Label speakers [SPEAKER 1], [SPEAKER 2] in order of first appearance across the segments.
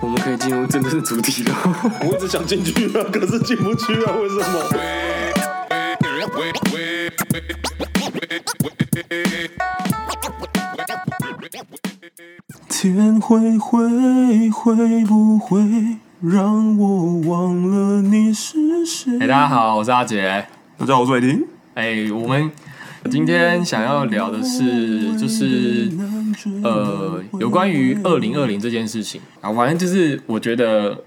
[SPEAKER 1] 我们可以进入真正的主题了。
[SPEAKER 2] 我一直想进去啊，可是进不去啊，为什么？
[SPEAKER 3] 天会会会不会让我忘了你是谁？
[SPEAKER 1] 哎、大家好，我是阿杰。
[SPEAKER 3] 大家好，我是伟霆。
[SPEAKER 1] 哎、我们今天想要聊的是，就是呃，有关于二零二零这件事情啊，反正就是我觉得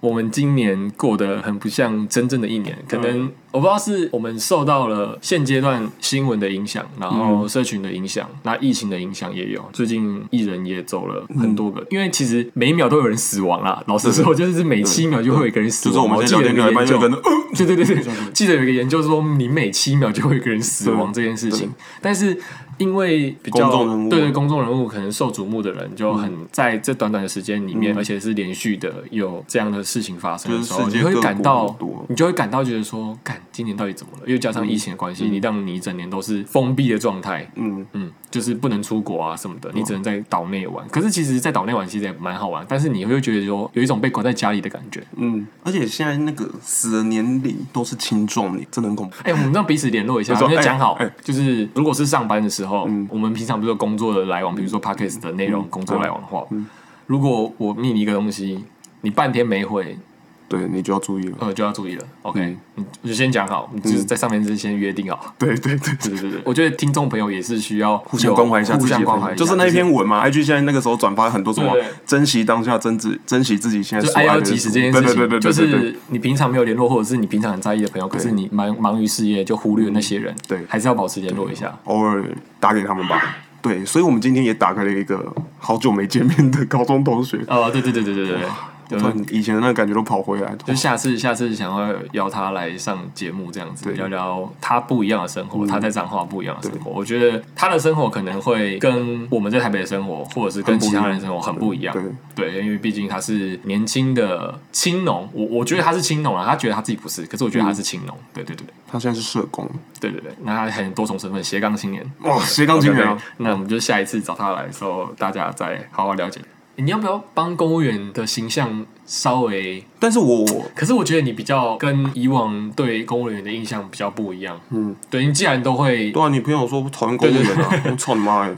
[SPEAKER 1] 我们今年过得很不像真正的一年，可
[SPEAKER 3] 嗯
[SPEAKER 1] 能我不知道是我们受到了现阶段新闻的影响，然
[SPEAKER 3] 嗯
[SPEAKER 1] 后社群的影响，那疫情的影响也有，最近艺人也走了
[SPEAKER 3] 嗯
[SPEAKER 1] 很多个，因为其实每一秒都有人死亡啦，老实说，就是每七秒就会有一个人死
[SPEAKER 3] 嗯就
[SPEAKER 1] 亡，
[SPEAKER 3] 是我们
[SPEAKER 1] 记
[SPEAKER 3] 今
[SPEAKER 1] 得
[SPEAKER 3] 天聊
[SPEAKER 1] 有
[SPEAKER 3] 天，可能
[SPEAKER 1] 个研
[SPEAKER 3] 半夜
[SPEAKER 1] 究
[SPEAKER 3] 跟着，呃
[SPEAKER 1] 对对对对，记得有一个研究说，你每七秒就会有一个人死亡这件事情，但是因为比较
[SPEAKER 3] 公众人物
[SPEAKER 1] 对对公众人物可能受瞩目的人就很在这短短的时间里面，而且是连续的有这样的事情发生的时候，
[SPEAKER 3] 嗯就是世
[SPEAKER 1] 你
[SPEAKER 3] 界
[SPEAKER 1] 会
[SPEAKER 3] 各
[SPEAKER 1] 感
[SPEAKER 3] 国
[SPEAKER 1] 到
[SPEAKER 3] 很多
[SPEAKER 1] 你就会感到觉得说，干今年到底怎么了？因为加上疫情的关系，你让你一整年都是封闭的状态，
[SPEAKER 3] 嗯，
[SPEAKER 1] 嗯，就是不能出国啊什么的，你只能在岛内玩。可是其实，在岛内玩其实也蛮好玩，但是你会觉得说有一种被关在家里的感觉。
[SPEAKER 3] 嗯，而且现在那个死的年龄都是青壮年，真的很恐怖。
[SPEAKER 1] 哎、我们让彼此联络一下，
[SPEAKER 3] 没
[SPEAKER 1] 我
[SPEAKER 3] 错
[SPEAKER 1] 们就讲好，
[SPEAKER 3] 哎哎嗯
[SPEAKER 1] 就是如果是上班的时候，我们平常不是有工作的来往，比如说 podcast 的内容、工作来往的
[SPEAKER 3] 嗯
[SPEAKER 1] 话，如果我命你一个东西，你半天没回，
[SPEAKER 3] 对你就要注意了。
[SPEAKER 1] 呃，就要注意了。OK，、
[SPEAKER 3] 嗯
[SPEAKER 1] 你就先讲好，你就是在上面之前约定好。
[SPEAKER 3] 对对对，
[SPEAKER 1] 对对对，我觉得听众朋友也是需要互
[SPEAKER 3] 互相关怀一下，
[SPEAKER 1] 互相关怀一下，
[SPEAKER 3] 就是那一篇文嘛，IG 现在那个时候转发很多什么
[SPEAKER 1] 对对对
[SPEAKER 3] 珍惜当下，珍惜珍惜自己现在
[SPEAKER 1] 就
[SPEAKER 3] 所
[SPEAKER 1] 爱
[SPEAKER 3] 爱
[SPEAKER 1] 要
[SPEAKER 3] 的
[SPEAKER 1] 及
[SPEAKER 3] 人
[SPEAKER 1] 时这件事
[SPEAKER 3] 对
[SPEAKER 1] 情，
[SPEAKER 3] 对对对
[SPEAKER 1] 就
[SPEAKER 3] 对对对
[SPEAKER 1] 是你平常没有联络，或者是你平常很在意的朋友，可是你忙忙于事业就忽略那些人，
[SPEAKER 3] 嗯对
[SPEAKER 1] 还是要保持联络一下。
[SPEAKER 3] 偶尔打给他们吧。对，所以我们今天也打开了一个好久没见面的高中同学，
[SPEAKER 1] 哦，对对对对对对对，
[SPEAKER 3] 突然以前的那个感觉都跑回来。
[SPEAKER 1] 嗯就下次下次想要邀他来上节目，这样子
[SPEAKER 3] 对嗯
[SPEAKER 1] 聊聊他不一样的生活，他在彰化不一样的生活。我觉得他的生活可能会跟我们在台北的生活，或者是跟
[SPEAKER 3] 很不一
[SPEAKER 1] 其
[SPEAKER 3] 样
[SPEAKER 1] 他人的生活很不一样
[SPEAKER 3] 对。
[SPEAKER 1] 对，因为毕竟他是年轻的青农，我我觉得他是青农啊，他觉得他自己不是，可是我觉得他是青农。对对对
[SPEAKER 3] 他现在是社工，
[SPEAKER 1] 对对对，那他很多重身份，斜杠青年。
[SPEAKER 3] 哇，斜杠青年啊
[SPEAKER 1] OK，那我们就下一次找他来的时候，大家再好好了解。你要不要帮公务员的形象稍微
[SPEAKER 3] 但是我我
[SPEAKER 1] 可是我觉得你比较跟以往对公务员的印象比较不一样。嗯，对你既然都会，
[SPEAKER 3] 对啊，你朋友说不讨厌公务员啊，我操你妈欸！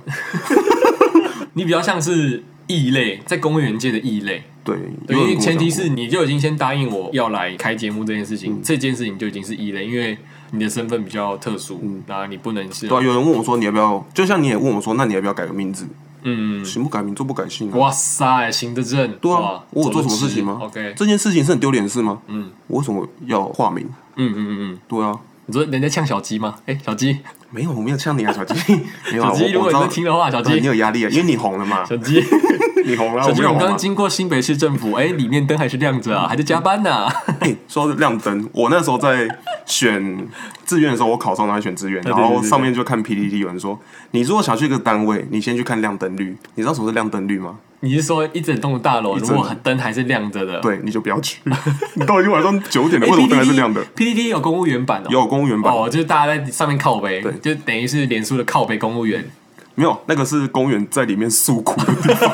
[SPEAKER 1] 你比较像是异类，在公务员界的异类。
[SPEAKER 3] 对，
[SPEAKER 1] 对，
[SPEAKER 3] 有
[SPEAKER 1] 因
[SPEAKER 3] 人跟
[SPEAKER 1] 为
[SPEAKER 3] 我
[SPEAKER 1] 前提
[SPEAKER 3] 讲
[SPEAKER 1] 是你就已经先答应我要来开节目这件事
[SPEAKER 3] 嗯
[SPEAKER 1] 情，这件事情就已经是异类，因为你的身份比较特殊，然后你不能是
[SPEAKER 3] 嗯过，对啊，有人问我说你要不要，就像你也问我说，那你要不要改个名字？
[SPEAKER 1] 嗯，
[SPEAKER 3] 行不改名，做不改姓啊。
[SPEAKER 1] 哇塞，行得正，
[SPEAKER 3] 对
[SPEAKER 1] 哇
[SPEAKER 3] 啊，我有做什么
[SPEAKER 1] 直
[SPEAKER 3] 事情吗
[SPEAKER 1] ？OK，
[SPEAKER 3] 这件事情是很丢脸的事吗？嗯，我为什么要化名？
[SPEAKER 1] 嗯嗯嗯嗯，
[SPEAKER 3] 对啊，
[SPEAKER 1] 你说人家呛小鸡吗？哎，小鸡，
[SPEAKER 3] 没有，我没有呛你啊，小 鸡，没有啊，
[SPEAKER 1] 小鸡，
[SPEAKER 3] 我
[SPEAKER 1] 如果
[SPEAKER 3] 我知
[SPEAKER 1] 你
[SPEAKER 3] 道
[SPEAKER 1] 在听的话，小
[SPEAKER 3] 对你
[SPEAKER 1] 鸡，
[SPEAKER 3] 有压力啊，因为你红了嘛，
[SPEAKER 1] 小鸡。
[SPEAKER 3] 你红了，
[SPEAKER 1] 小
[SPEAKER 3] 我嗯
[SPEAKER 1] 鸡，
[SPEAKER 3] 没
[SPEAKER 1] 哦我们
[SPEAKER 3] 有红
[SPEAKER 1] 刚
[SPEAKER 3] 啊
[SPEAKER 1] 刚。经过新北市政府，哎、里面灯还是亮着啊，还在加班呢、
[SPEAKER 3] 哎，说到亮灯，我那时候在选志愿的时候，我考上哪里选志愿，
[SPEAKER 1] 对
[SPEAKER 3] 然
[SPEAKER 1] 对
[SPEAKER 3] 后
[SPEAKER 1] 对
[SPEAKER 3] 上面就看 PPT 有人说，你如果想去一个单位，你先去看亮灯率，你知道什么是亮灯率吗？
[SPEAKER 1] 你是说一整栋的大楼，
[SPEAKER 3] 整
[SPEAKER 1] 如果灯还是亮着的？
[SPEAKER 3] 对，你就不 要去，你到已经晚上九点了，
[SPEAKER 1] 哎，
[SPEAKER 3] 为什么灯还是亮的？
[SPEAKER 1] PDD 有公务员版哦，
[SPEAKER 3] 有公务员版，
[SPEAKER 1] 哦，就是大家在上面靠背，
[SPEAKER 3] 对
[SPEAKER 1] 就等于是脸书的靠背公务员，
[SPEAKER 3] 没有，那个是公园在里面诉苦的地方，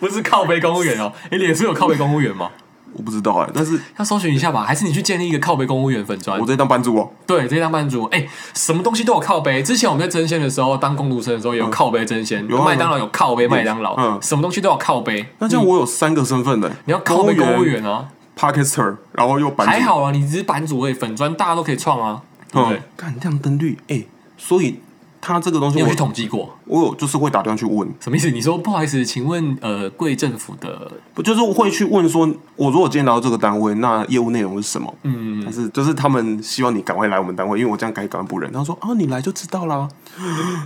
[SPEAKER 1] 不是靠背公务员哦。哎，脸书有靠背公务员吗？
[SPEAKER 3] 我不知道哎、但是
[SPEAKER 1] 要搜寻一下吧，还是你去建立一个靠背公务员粉砖
[SPEAKER 3] 我？在当班主哦、
[SPEAKER 1] 对，这当班主，哎，什么东西都有靠背。之前我们在争先的时候，当工读生的时候有靠背争先，
[SPEAKER 3] 嗯有啊
[SPEAKER 1] 麦当劳有靠背麦当劳，
[SPEAKER 3] 嗯
[SPEAKER 1] 什么东西都有靠背。
[SPEAKER 3] 那这样我有三个身份的、
[SPEAKER 1] 嗯你要靠背公务员
[SPEAKER 3] 啊
[SPEAKER 1] 哦。
[SPEAKER 3] ，Podcaster，然后又班主，
[SPEAKER 1] 还，好啊，你只是版主位，粉砖大家都可以创啊，对不对
[SPEAKER 3] 嗯？，看亮灯率，哎、所以他这个东西
[SPEAKER 1] 你有去
[SPEAKER 3] 我
[SPEAKER 1] 统计过？
[SPEAKER 3] 我有就是会打电话去问，
[SPEAKER 1] 什么意思？你说不好意思，请问呃，贵政府的
[SPEAKER 3] 不就是会去问说，我如果今天来到这个单位，那业务内容是什么？嗯，但是就是他们希望你赶快来我们单位，因为我这样改感恩不人。他说啊，你来就知道啦。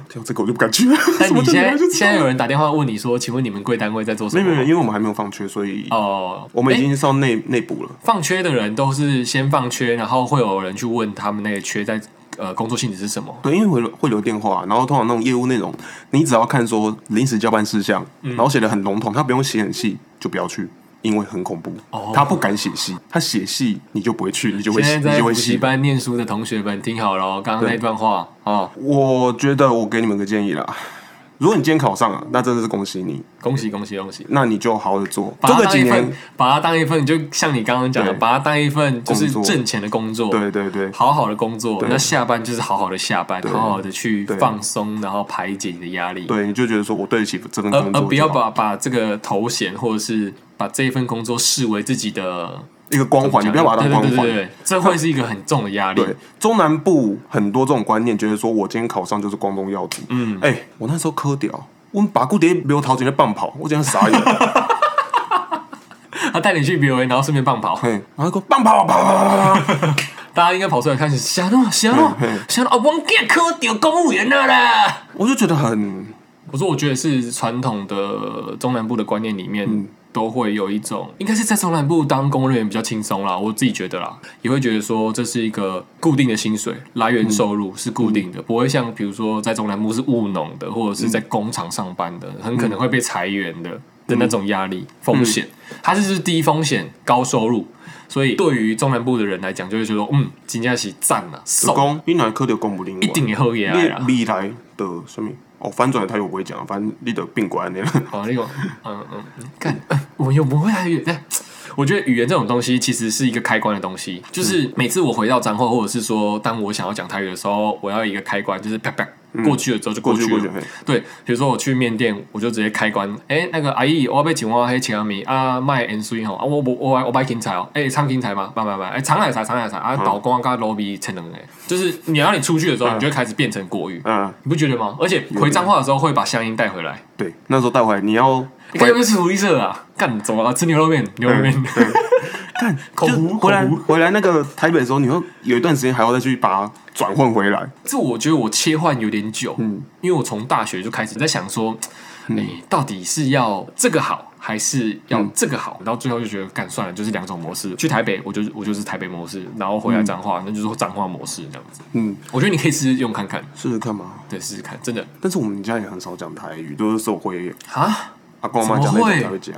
[SPEAKER 3] 听到 这个我就不敢去。
[SPEAKER 1] 但
[SPEAKER 3] 什么
[SPEAKER 1] 你
[SPEAKER 3] 叫
[SPEAKER 1] 现
[SPEAKER 3] 来
[SPEAKER 1] 在
[SPEAKER 3] 就知
[SPEAKER 1] 现
[SPEAKER 3] 道
[SPEAKER 1] 在有人打电话问你说，请问你们贵单位在做什
[SPEAKER 3] 没
[SPEAKER 1] 么？
[SPEAKER 3] 有没有没有，因为我们还没有放缺，所以
[SPEAKER 1] 哦，
[SPEAKER 3] 我们已
[SPEAKER 1] 诶
[SPEAKER 3] 经上内内部了。
[SPEAKER 1] 放缺的人都是先放缺，然后会有人去问他们那个缺在呃工作性质是什么。
[SPEAKER 3] 对，因为会留会留电话，然后通常那种业务内容，你只要看说临时交办事项，
[SPEAKER 1] 嗯
[SPEAKER 3] 然后写的很笼统，他不用写很细，就不要去，因为很恐怖。
[SPEAKER 1] 哦
[SPEAKER 3] 他不敢写细，他写细你就不会去，你就会
[SPEAKER 1] 现
[SPEAKER 3] 你
[SPEAKER 1] 在在
[SPEAKER 3] 就
[SPEAKER 1] 补
[SPEAKER 3] 会
[SPEAKER 1] 习
[SPEAKER 3] 细。
[SPEAKER 1] 班念书的同学们，听好了哦，刚刚那
[SPEAKER 3] 对
[SPEAKER 1] 段话哦，
[SPEAKER 3] 我觉得我给你们个建议啦，如果你今天考上了，那真的是恭喜你，
[SPEAKER 1] 恭喜恭喜恭喜！
[SPEAKER 3] 那你就好好的做。
[SPEAKER 1] 把
[SPEAKER 3] 这
[SPEAKER 1] 它
[SPEAKER 3] 个
[SPEAKER 1] 当
[SPEAKER 3] 几
[SPEAKER 1] 一
[SPEAKER 3] 年
[SPEAKER 1] 份，，把它当一份，就像你刚刚讲的，
[SPEAKER 3] 对
[SPEAKER 1] 把它当一份就是
[SPEAKER 3] 工作
[SPEAKER 1] 挣钱的工作，
[SPEAKER 3] 对对对，
[SPEAKER 1] 好好的工作，
[SPEAKER 3] 对
[SPEAKER 1] 那下班就是好好的下班，
[SPEAKER 3] 对
[SPEAKER 1] 好好的去
[SPEAKER 3] 对
[SPEAKER 1] 放松，然后排解你的压力，
[SPEAKER 3] 对，你就觉得说我对得起这份
[SPEAKER 1] 而
[SPEAKER 3] 工
[SPEAKER 1] 而
[SPEAKER 3] 作，
[SPEAKER 1] 呃不要把把这个头衔或者是把这一份工作视为自己的
[SPEAKER 3] 一个光环，你不要把它当光
[SPEAKER 1] 对对对对
[SPEAKER 3] 环。
[SPEAKER 1] 对，这会是一个很重的压力。
[SPEAKER 3] 对，中南部很多这种观念，觉得说我今天考上就是光宗耀祖。嗯，哎，我那时候科屌，我把固蝶留陶姐在棒跑，我真的 傻眼。
[SPEAKER 1] 他带你去 B O A，然后顺便棒跑，
[SPEAKER 3] 嘿，然后说棒跑跑跑跑跑跑，
[SPEAKER 1] 大家应该跑出来看，想到想到
[SPEAKER 3] 嘿嘿
[SPEAKER 1] 想到哦，王健科丢公务员了啦。
[SPEAKER 3] 我就觉得很
[SPEAKER 1] 我说，我觉得是传统的中南部的观念里面。都会有一种，应该是在中南部当公务员比较轻松啦，我自己觉得啦，也会觉得说这是一个固定的薪水来源收入是固定的，不会像比如说在中南部是务农的，或者是在工厂上班的，很可能会被裁员的的那种压力风险，它就是低风险高收入，所以对于中南部的人来讲，就会觉得说嗯，金佳喜赞啊，
[SPEAKER 3] 就
[SPEAKER 1] 送
[SPEAKER 3] 讲，你哪科就讲不灵，
[SPEAKER 1] 一定也喝也来啦
[SPEAKER 3] 你。你来的什么？哦，反转的台语我不会讲，反正你的病管那样。
[SPEAKER 1] 哦，那个，嗯嗯，嗯，干，呃我又不会台语，但我觉得语言这种东西其实是一个开关的东西，就是每次我回到彰化，或者是说当我想要讲台语的时候，我要一个开关，就是啪啪过去了之后就
[SPEAKER 3] 过去
[SPEAKER 1] 去
[SPEAKER 3] 嗯过
[SPEAKER 1] 了。
[SPEAKER 3] 去，嘿
[SPEAKER 1] 对，比如说我去面店，我就直接开关，哎、那个阿姨，我要被请我黑请阿米啊，卖 N 水吼，啊我我我我买芹菜哦，哎、欸，长芹菜吗？买买买，哎、欸，长奶茶长奶茶
[SPEAKER 3] 嗯
[SPEAKER 1] 啊，倒光跟罗比成两个，就是你要你出去的时候，你就会开始变成国语，
[SPEAKER 3] 嗯，
[SPEAKER 1] 你不觉得吗？而且回彰化的时候会把乡音带回来。
[SPEAKER 3] 对，那时候带回来你要
[SPEAKER 1] 你看有没有吃福利社啊？干怎么了？吃牛肉面，牛肉面。
[SPEAKER 3] 看
[SPEAKER 1] 嗯口
[SPEAKER 3] 就
[SPEAKER 1] 胡
[SPEAKER 3] 回来
[SPEAKER 1] 口胡
[SPEAKER 3] 回来那个台北的时候，你要有一段时间还要再去把它转换回来。
[SPEAKER 1] 这我觉得我切换有点久，嗯，因为我从大学就开始在想说，哎、到底是要这个好还是要这个好？到最后就觉得干算了，就是两种模式。去台北，我就我就是台北模式，然后回来彰化，那就是彰化模式这样子。
[SPEAKER 3] 嗯，
[SPEAKER 1] 我觉得你可以试试用看看，
[SPEAKER 3] 试试看嘛。
[SPEAKER 1] 对，试试看，真的
[SPEAKER 3] 但是我们家也很少讲台语，都是受回
[SPEAKER 1] 啊。
[SPEAKER 3] 阿公阿妈讲
[SPEAKER 1] 怎么
[SPEAKER 3] 那
[SPEAKER 1] 会
[SPEAKER 3] 种才会讲。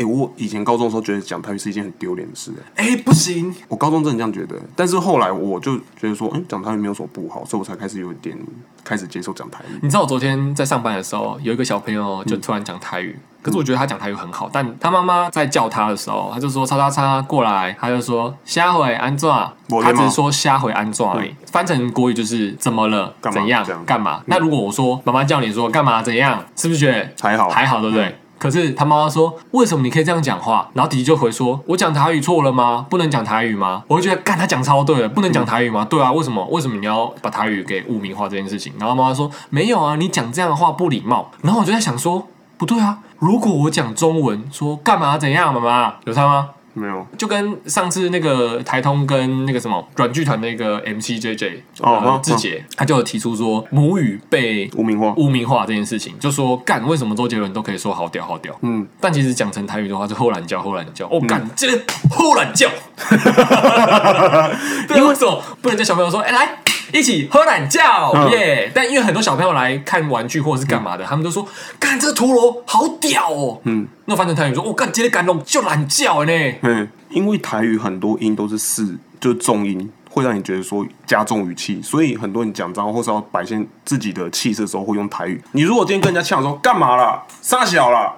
[SPEAKER 3] 哎、我以前高中的时候觉得讲台语是一件很丢脸的事、欸
[SPEAKER 1] 哎、不行，
[SPEAKER 3] 我高中真的这样觉得，但是后来我就觉得说，嗯，讲台语没有什么不好，所以我才开始有一点开始接受讲台语。
[SPEAKER 1] 你知道我昨天在上班的时候，有一个小朋
[SPEAKER 3] 嗯
[SPEAKER 1] 友就突然讲台语，可是我觉得他讲台语很好，但他妈妈在叫他的时候，他就说“叉叉叉”过来，他就说“瞎回安怎”，
[SPEAKER 3] 没
[SPEAKER 1] 他
[SPEAKER 3] 礼貌
[SPEAKER 1] 只是说“瞎回安怎”而已，翻成国语就是“怎么了？
[SPEAKER 3] 嗯干嘛
[SPEAKER 1] 怎样
[SPEAKER 3] 这样？嗯
[SPEAKER 1] 干嘛？”那如果我说妈妈叫你说“干嘛？怎样？”是不是觉得
[SPEAKER 3] 还好
[SPEAKER 1] 还好，对不
[SPEAKER 3] 嗯
[SPEAKER 1] 对？可是他妈妈说：“为什么你可以这样讲话？”然后迪迪就回说：“我讲台语错了吗？不能讲台语吗？”我就觉得，干他讲超对了，不能讲台语吗？
[SPEAKER 3] 嗯
[SPEAKER 1] 对啊，为什么？为什么你要把台语给污名化这件事情？然后妈妈说：“没有啊，你讲这样的话不礼貌。”然后我就在想说，不对啊，如果我讲中文说干嘛怎样，妈妈有差吗？
[SPEAKER 3] 没有，
[SPEAKER 1] 就跟上次那个台通跟那个什么软剧团那个 MC JJ
[SPEAKER 3] 哦
[SPEAKER 1] 呃
[SPEAKER 3] 哦
[SPEAKER 1] 志杰，他就有提出说母语被
[SPEAKER 3] 无名化。
[SPEAKER 1] 污名化这件事情，就说干为什么周杰伦都可以说好屌好屌，
[SPEAKER 3] 嗯，
[SPEAKER 1] 但其实讲成台语的话是后懒教后懒教，哦干、这个后懒 教，因啊为什么不能叫小朋友说哎、来一起喝懒觉
[SPEAKER 3] 嗯
[SPEAKER 1] 耶？但因为很多小朋友来看玩具或者是干嘛的，他们都说干这个陀螺好屌哦，嗯，那翻成台语说我干、今天干弄就懒觉呢，
[SPEAKER 3] 嗯，因为台语很多音都是四，就是重音，会让你觉得说加重语气，所以很多人讲脏话或是要摆现自己的气势的时候会用台语。你如果今天跟人家呛说干嘛啦，杀小啦，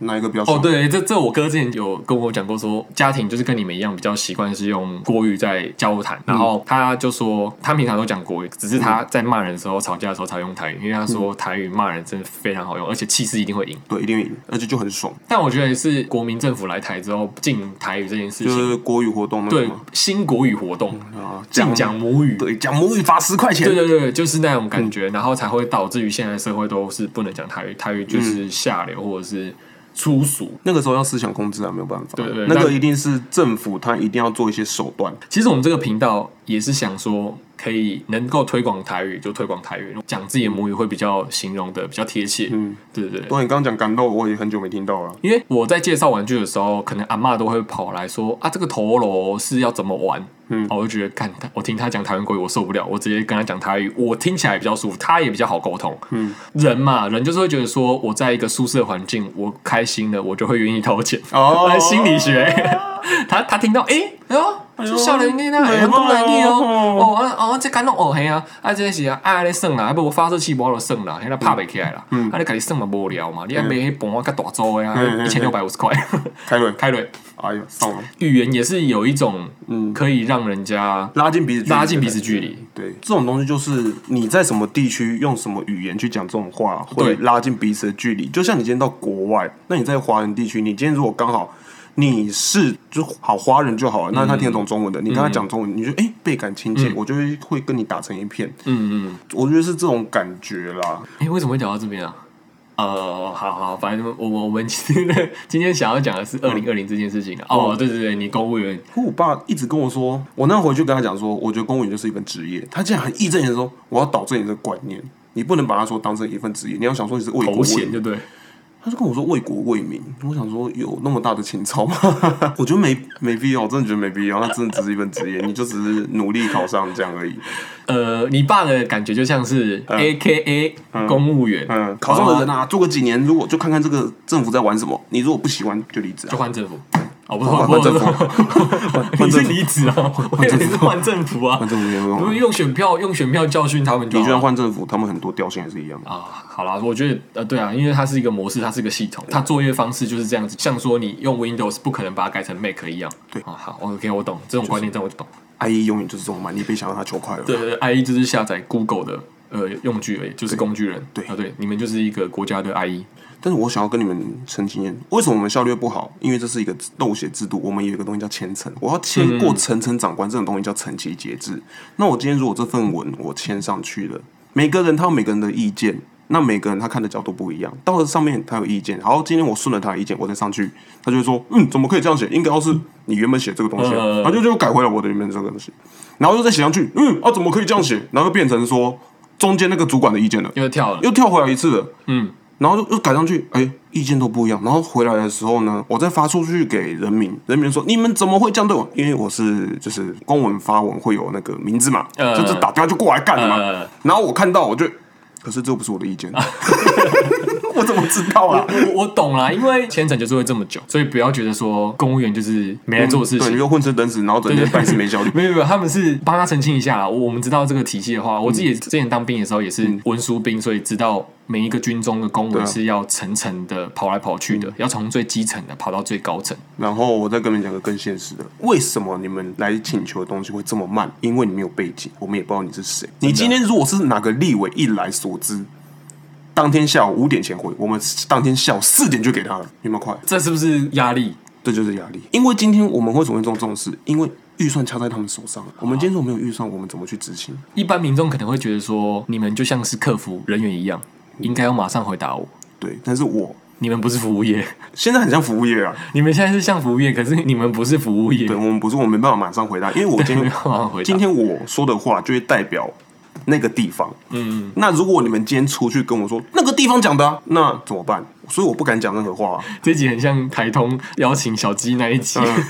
[SPEAKER 3] 哪一个比较爽
[SPEAKER 1] 哦，，对，这这我哥之前有跟我讲过说，家庭就是跟你们一样，比较习惯是用国语在交
[SPEAKER 3] 嗯
[SPEAKER 1] 谈。然后他就说，他平常都讲国语，只是他在骂人的时候、吵架的时候才用台语，因为他说
[SPEAKER 3] 嗯
[SPEAKER 1] 台语骂人真的非常好用，而且气势一定会赢。
[SPEAKER 3] 对，一定会赢，而且就很爽，
[SPEAKER 1] 但我觉得是国民政府来台之后禁台语这件事
[SPEAKER 3] 就
[SPEAKER 1] 情，
[SPEAKER 3] 是国语活动那个
[SPEAKER 1] 对
[SPEAKER 3] 嘛
[SPEAKER 1] 新国语活动
[SPEAKER 3] 啊，
[SPEAKER 1] 禁讲母语。
[SPEAKER 3] 对嗯讲母语罚十块钱
[SPEAKER 1] 对，对对，就是那种感觉，然后才会导致于现在社会都是不能讲台语，台语
[SPEAKER 3] 嗯
[SPEAKER 1] 就是下流或者是粗俗。
[SPEAKER 3] 那个时候要思想控制啊，没有办法，
[SPEAKER 1] 对对
[SPEAKER 3] 那个
[SPEAKER 1] 但
[SPEAKER 3] 一定是政府他一定要做一些手段，
[SPEAKER 1] 其实我们这个频道也是想说，可以能够推广台语就推广台语，讲自己的母语会比较形容的比较贴切。嗯，对对对。
[SPEAKER 3] 对，你刚刚讲感动，我也很久没听到了。
[SPEAKER 1] 因为我在介绍玩具的时候，可能阿嬷都会跑来说啊，这个陀螺是要怎么玩？嗯，我就觉得，看他，我听他讲台湾国语，我受不了，我直接跟他讲台语，我听起来比较舒服，他也比较好沟通。嗯，人嘛，人就是会觉得说，我在一个舒适的环境，我 开心了，我就会愿意投钱。
[SPEAKER 3] 哦
[SPEAKER 1] 心理学，他他听到，哎、哎呦，就少年囡仔会晓讲台语哦，哦啊哦，这敢拢学嘿啊，啊这是啊爱咧耍啦，啊不我发射器无就算啦，迄个拍袂起来啦，
[SPEAKER 3] 嗯
[SPEAKER 1] 啊你家己耍嘛无聊嘛，你爱买迄盘啊较大组的啊，一千六百五十块，
[SPEAKER 3] 开瑞，
[SPEAKER 1] 开瑞。
[SPEAKER 3] 哎呦，上了，
[SPEAKER 1] 语言也是有一种，
[SPEAKER 3] 嗯
[SPEAKER 1] 可以让人家
[SPEAKER 3] 拉近彼此距离
[SPEAKER 1] 拉近彼此距离。
[SPEAKER 3] 对，这种东西就是你在什么地区用什么语言去讲这种话，会
[SPEAKER 1] 对
[SPEAKER 3] 拉近彼此的距离。就像你今天到国外，那你在华人地区，你今天如果刚好你是就好华人就
[SPEAKER 1] 嗯
[SPEAKER 3] 好了，那他听得懂中文的，你跟他讲中文，你就哎、诶倍感亲切，我就会会跟你打成一片。
[SPEAKER 1] 嗯嗯，
[SPEAKER 3] 我觉得是这种感觉啦。
[SPEAKER 1] 哎，为什么会讲到这边啊？呃，好好，反正我们我们今天今天想要讲的
[SPEAKER 3] 嗯
[SPEAKER 1] 是二零二零这件事情啊。哦，对对对，你公务员，
[SPEAKER 3] 可我爸一直跟我说，我那回去跟他讲说，我觉得公务员就是一份职业。他竟然很义正言辞地说，我要导正你的观念，你不能把它说当成一份职业，你要想说你是为国
[SPEAKER 1] 头
[SPEAKER 3] 为
[SPEAKER 1] 衔就对，
[SPEAKER 3] 他就跟我说为国为民，我想说有那么大的情操吗？ 我觉得没没必要，我真的觉得没必要。那真的只是一份职业，你就只是努力考上这样而已。
[SPEAKER 1] 呃，你爸的感觉就像是 A K A 公务员，
[SPEAKER 3] 嗯，考上的人啊，做个几年，如果就看看这个政府在玩什么，你如果不喜欢就离职、
[SPEAKER 1] 就
[SPEAKER 3] 啊。
[SPEAKER 1] 换政府。哦，不是
[SPEAKER 3] 换
[SPEAKER 1] 不是
[SPEAKER 3] 换政府
[SPEAKER 1] 不是你是离职啊？我以为你是换政府啊
[SPEAKER 3] 换，政府没有
[SPEAKER 1] 不是
[SPEAKER 3] 用啊，
[SPEAKER 1] 用选票用选票教训他们就
[SPEAKER 3] 你
[SPEAKER 1] 好
[SPEAKER 3] 就
[SPEAKER 1] 了
[SPEAKER 3] 算。换政府，他们很多调性还是一样的。
[SPEAKER 1] 啊，好啦，我觉得呃，对啊，因为它是一个模式，它是一个系统，它作业方式就是这样子，像说你用 Windows 不可能把它改成 Mac 一样。
[SPEAKER 3] 对
[SPEAKER 1] 啊，好，OK，我懂这种观念，这种我懂。
[SPEAKER 3] IE 永远就是这种嘛，你别想让他求快了。
[SPEAKER 1] 对对对，IE 就是下载 Google 的呃用具而已，就是工具人。
[SPEAKER 3] 对
[SPEAKER 1] 啊，对，你们就是一个国家的 E IE。
[SPEAKER 3] 但是我想要跟你们澄清一点，为什么我们效率不好？因为这是一个漏血制度，我们有一个东西叫千层，我要签过层层长官，这种东西叫层级节制。那我今天如果这份文我签上去了，每个人他有每个人的意见，那每个人他看的角度不一样，到了上面他有意见，好，今天我顺了他的意见，我再上去，他就会说，嗯，怎么可以这样写？应该要是你原本写这个东西啊，
[SPEAKER 1] 嗯
[SPEAKER 3] 然后就就改回来我的原本这个东西，然后又再写上去，嗯，啊，怎么可以这样写？然后又变成说中间那个主管的意见了。
[SPEAKER 1] 又跳了，
[SPEAKER 3] 又跳回来一次了，
[SPEAKER 1] 嗯，
[SPEAKER 3] 然后就又改上去，哎，意见都不一样。然后回来的时候呢，我再发出去给人民，人民说你们怎么会这样对我？因为我是就是公文发文会有那个名字嘛，
[SPEAKER 1] 呃
[SPEAKER 3] 就是打电话就过来干的嘛。
[SPEAKER 1] 呃
[SPEAKER 3] 然后我看到我就，可是这不是我的 意见， 我怎么知道啊？
[SPEAKER 1] 我我懂啦，因为千层就是会这么久，所以不要觉得说公务员就是没来做事
[SPEAKER 3] 对，
[SPEAKER 1] 情
[SPEAKER 3] 你。就混吃等死，然后整 天办事没效率。
[SPEAKER 1] 没有没有，他们是帮他澄清一下啦。我我们知道这个体系的
[SPEAKER 3] 嗯
[SPEAKER 1] 话，我自己也之前当兵的时候也是文书兵，所以知道每一个军中的公
[SPEAKER 3] 对啊嗯
[SPEAKER 1] 文是要层层的跑来跑去的，要从最基层的跑到最高层。
[SPEAKER 3] 然后我再跟你们讲个更现实的，为什么你们来请求的东西会这么慢？因为你没有背景，我们也不知道你是谁。你今天如果是哪个立委一来所知，当天下午五点前回，我们当天下午四点就给他了，有没有快？
[SPEAKER 1] 这是不是压力？
[SPEAKER 3] 这就是压力。因为今天我们会怎么会做这种事？因为预算掐在他们手上了。我们今天如果没有预算，我们怎么去执行？
[SPEAKER 1] 一般民众可能会觉得说，你们就像是客服人员一样，应该要马上回答我。
[SPEAKER 3] 对，但是我
[SPEAKER 1] 你们不是服务业，
[SPEAKER 3] 现在很像服务业啊，
[SPEAKER 1] 你们现在是像服务业，可是你们不是服务业
[SPEAKER 3] 对，我们不是我没办法马上回答，因为我今
[SPEAKER 1] 你们
[SPEAKER 3] 天
[SPEAKER 1] 要马上回答
[SPEAKER 3] 今。天我说的话就会代表那个地方。嗯，那如果你们今天出去跟我说那个地方讲的啊、那怎么办？所以我不敢讲任何话、啊，
[SPEAKER 1] 这集很像台通邀请小鸡那一集。
[SPEAKER 3] 嗯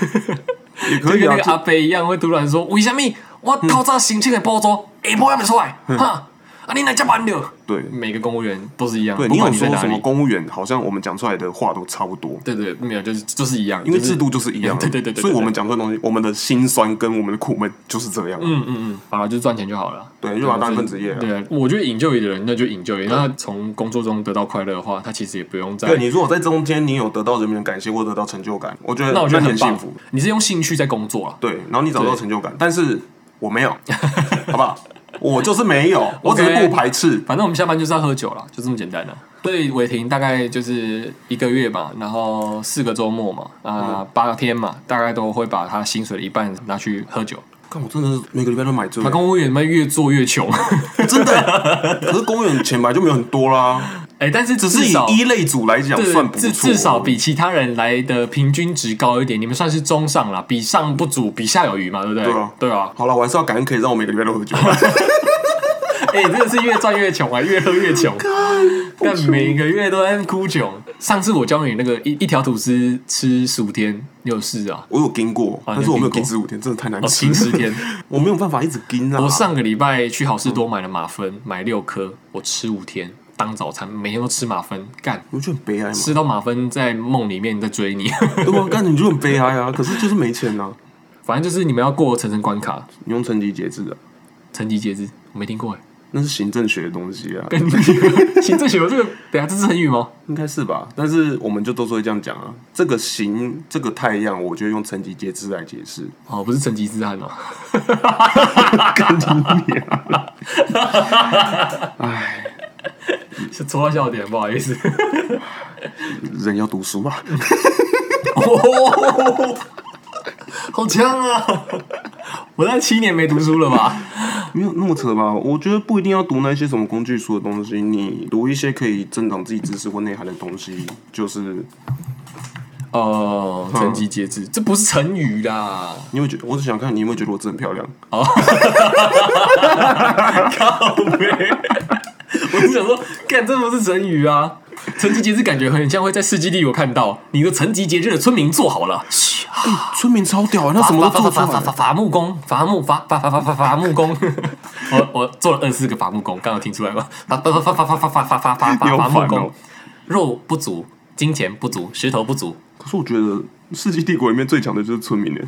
[SPEAKER 3] 也
[SPEAKER 1] 就
[SPEAKER 3] 可以
[SPEAKER 1] 跟
[SPEAKER 3] 啊
[SPEAKER 1] 那个。阿伯一样，会突然说：“为什么我透早申请的报酬
[SPEAKER 3] 嗯
[SPEAKER 1] 下晡还没出来？哈，啊你来这慢了。”
[SPEAKER 3] 对
[SPEAKER 1] 每个公务员都是一样，
[SPEAKER 3] 对，
[SPEAKER 1] 不
[SPEAKER 3] 你有
[SPEAKER 1] 管你在
[SPEAKER 3] 说
[SPEAKER 1] 哪
[SPEAKER 3] 什么
[SPEAKER 1] 里，
[SPEAKER 3] 公务员，好像我们讲出来的话都差不多，
[SPEAKER 1] 对对，没有，就是就是一样，
[SPEAKER 3] 因为
[SPEAKER 1] 就是
[SPEAKER 3] 制度就是一样 的。
[SPEAKER 1] 对对对对对
[SPEAKER 3] 所以我们讲出来的东西，我们的辛酸跟我们的苦闷就是这样。
[SPEAKER 1] 嗯嗯嗯，好了，就是赚钱就好了。
[SPEAKER 3] 对，就把它当一份职业啊。
[SPEAKER 1] 对啊，我觉得引咎于的人，那就引咎于。那从工作中得到快乐的话，他其实也不用再。
[SPEAKER 3] 对你如果在中间你有得到人民的感谢或得到成就感，我觉得
[SPEAKER 1] 那我觉得
[SPEAKER 3] 你
[SPEAKER 1] 很
[SPEAKER 3] 很
[SPEAKER 1] 棒
[SPEAKER 3] 幸福。。
[SPEAKER 1] 你是用兴趣在工作啊？
[SPEAKER 3] 对，然后你找到成就感，但是我没有，好不 好？我就是没有，我只是
[SPEAKER 1] OK
[SPEAKER 3] 不排斥。
[SPEAKER 1] 反正我们下班就是要喝酒了，就这么简单了、所以伟霆大概就是一个月嘛，然后四个周末嘛，啊、
[SPEAKER 3] 嗯
[SPEAKER 1] 八、天嘛，大概都会把他薪水的一半拿去喝酒。
[SPEAKER 3] 看，我真的是每个礼拜都买醉
[SPEAKER 1] 他，公务员们越做越穷，
[SPEAKER 3] 真的。可是公务员钱本来就没有很多啦，
[SPEAKER 1] 哎、但是
[SPEAKER 3] 只
[SPEAKER 1] 只
[SPEAKER 3] 是以一类组来讲
[SPEAKER 1] 对
[SPEAKER 3] 算不错，哦
[SPEAKER 1] 至至少比其他人来的平均值高一点，你们算是中上啦，比上不足，比下有余嘛，对不对？
[SPEAKER 3] 对啊好了，我还是要感恩可以让我每个礼拜都喝酒。
[SPEAKER 1] 哎、真的是越赚越穷啊，越喝越 穷，但每个月都在哭穷。上次我教你那个一一条吐司吃十五天，你有试啊？
[SPEAKER 3] 我有盯过，
[SPEAKER 1] 啊
[SPEAKER 3] 但是我没有
[SPEAKER 1] 你有
[SPEAKER 3] 盯十五天，真的太难
[SPEAKER 1] 哦，
[SPEAKER 3] 吃
[SPEAKER 1] 停
[SPEAKER 3] 了。
[SPEAKER 1] 十天。
[SPEAKER 3] 我没有办法一直盯啊。
[SPEAKER 1] 我上个礼拜去好事多买了马芬，买六颗，我吃五天当早餐，每天都吃马芬，干
[SPEAKER 3] 我就很悲哀嘛，
[SPEAKER 1] 吃到马芬在梦里面在追你。
[SPEAKER 3] 对吧？但你就很悲哀啊。可是就是没钱呐。
[SPEAKER 1] 反正就是你们要过层层关卡，
[SPEAKER 3] 你用层级节制的，
[SPEAKER 1] 层级节制，我没听过哎。
[SPEAKER 3] 那是行政学的东西啊，
[SPEAKER 1] 跟你 行政学有这个，等一下这是成语吗？
[SPEAKER 3] 应该是吧？但是我们就都是会这样讲啊。这个行，这个太阳，我就用层级节制来解释。
[SPEAKER 1] 哦，不是成吉思汗哦。
[SPEAKER 3] 干你娘！
[SPEAKER 1] 是戳到笑点，不好意 思。
[SPEAKER 3] 人要读书啊。
[SPEAKER 1] 哦，好强啊！我那七年没读书了吧？
[SPEAKER 3] 没有那么扯吧？我觉得不一定要读那些什么工具书的东西，你读一些可以增长自己知识或内涵的东西，就是
[SPEAKER 1] 哦，层级节制，这不是成语啦。
[SPEAKER 3] 你会觉得，我只想看你有没有觉得我真的漂亮。
[SPEAKER 1] 靠背，我是想说，干这不是成语啊。层级节制感觉很像会在世纪帝国看到你的层级节制的村民做好了，嘘啊
[SPEAKER 3] 村民超 屌啊，他什么都做出
[SPEAKER 1] 伐伐伐伐伐
[SPEAKER 3] 来。
[SPEAKER 1] 伐伐木工，伐木伐伐伐伐伐伐木工。我我做了二十四个伐木工，刚刚听出来吗？伐伐伐伐伐伐伐伐伐伐伐
[SPEAKER 3] 你
[SPEAKER 1] 伐
[SPEAKER 3] 好
[SPEAKER 1] 木
[SPEAKER 3] 烦
[SPEAKER 1] 工
[SPEAKER 3] 哦。
[SPEAKER 1] 肉不足，金钱不足，石头不足。
[SPEAKER 3] 可是我觉得《世纪帝国》里面最强的就是村民呢，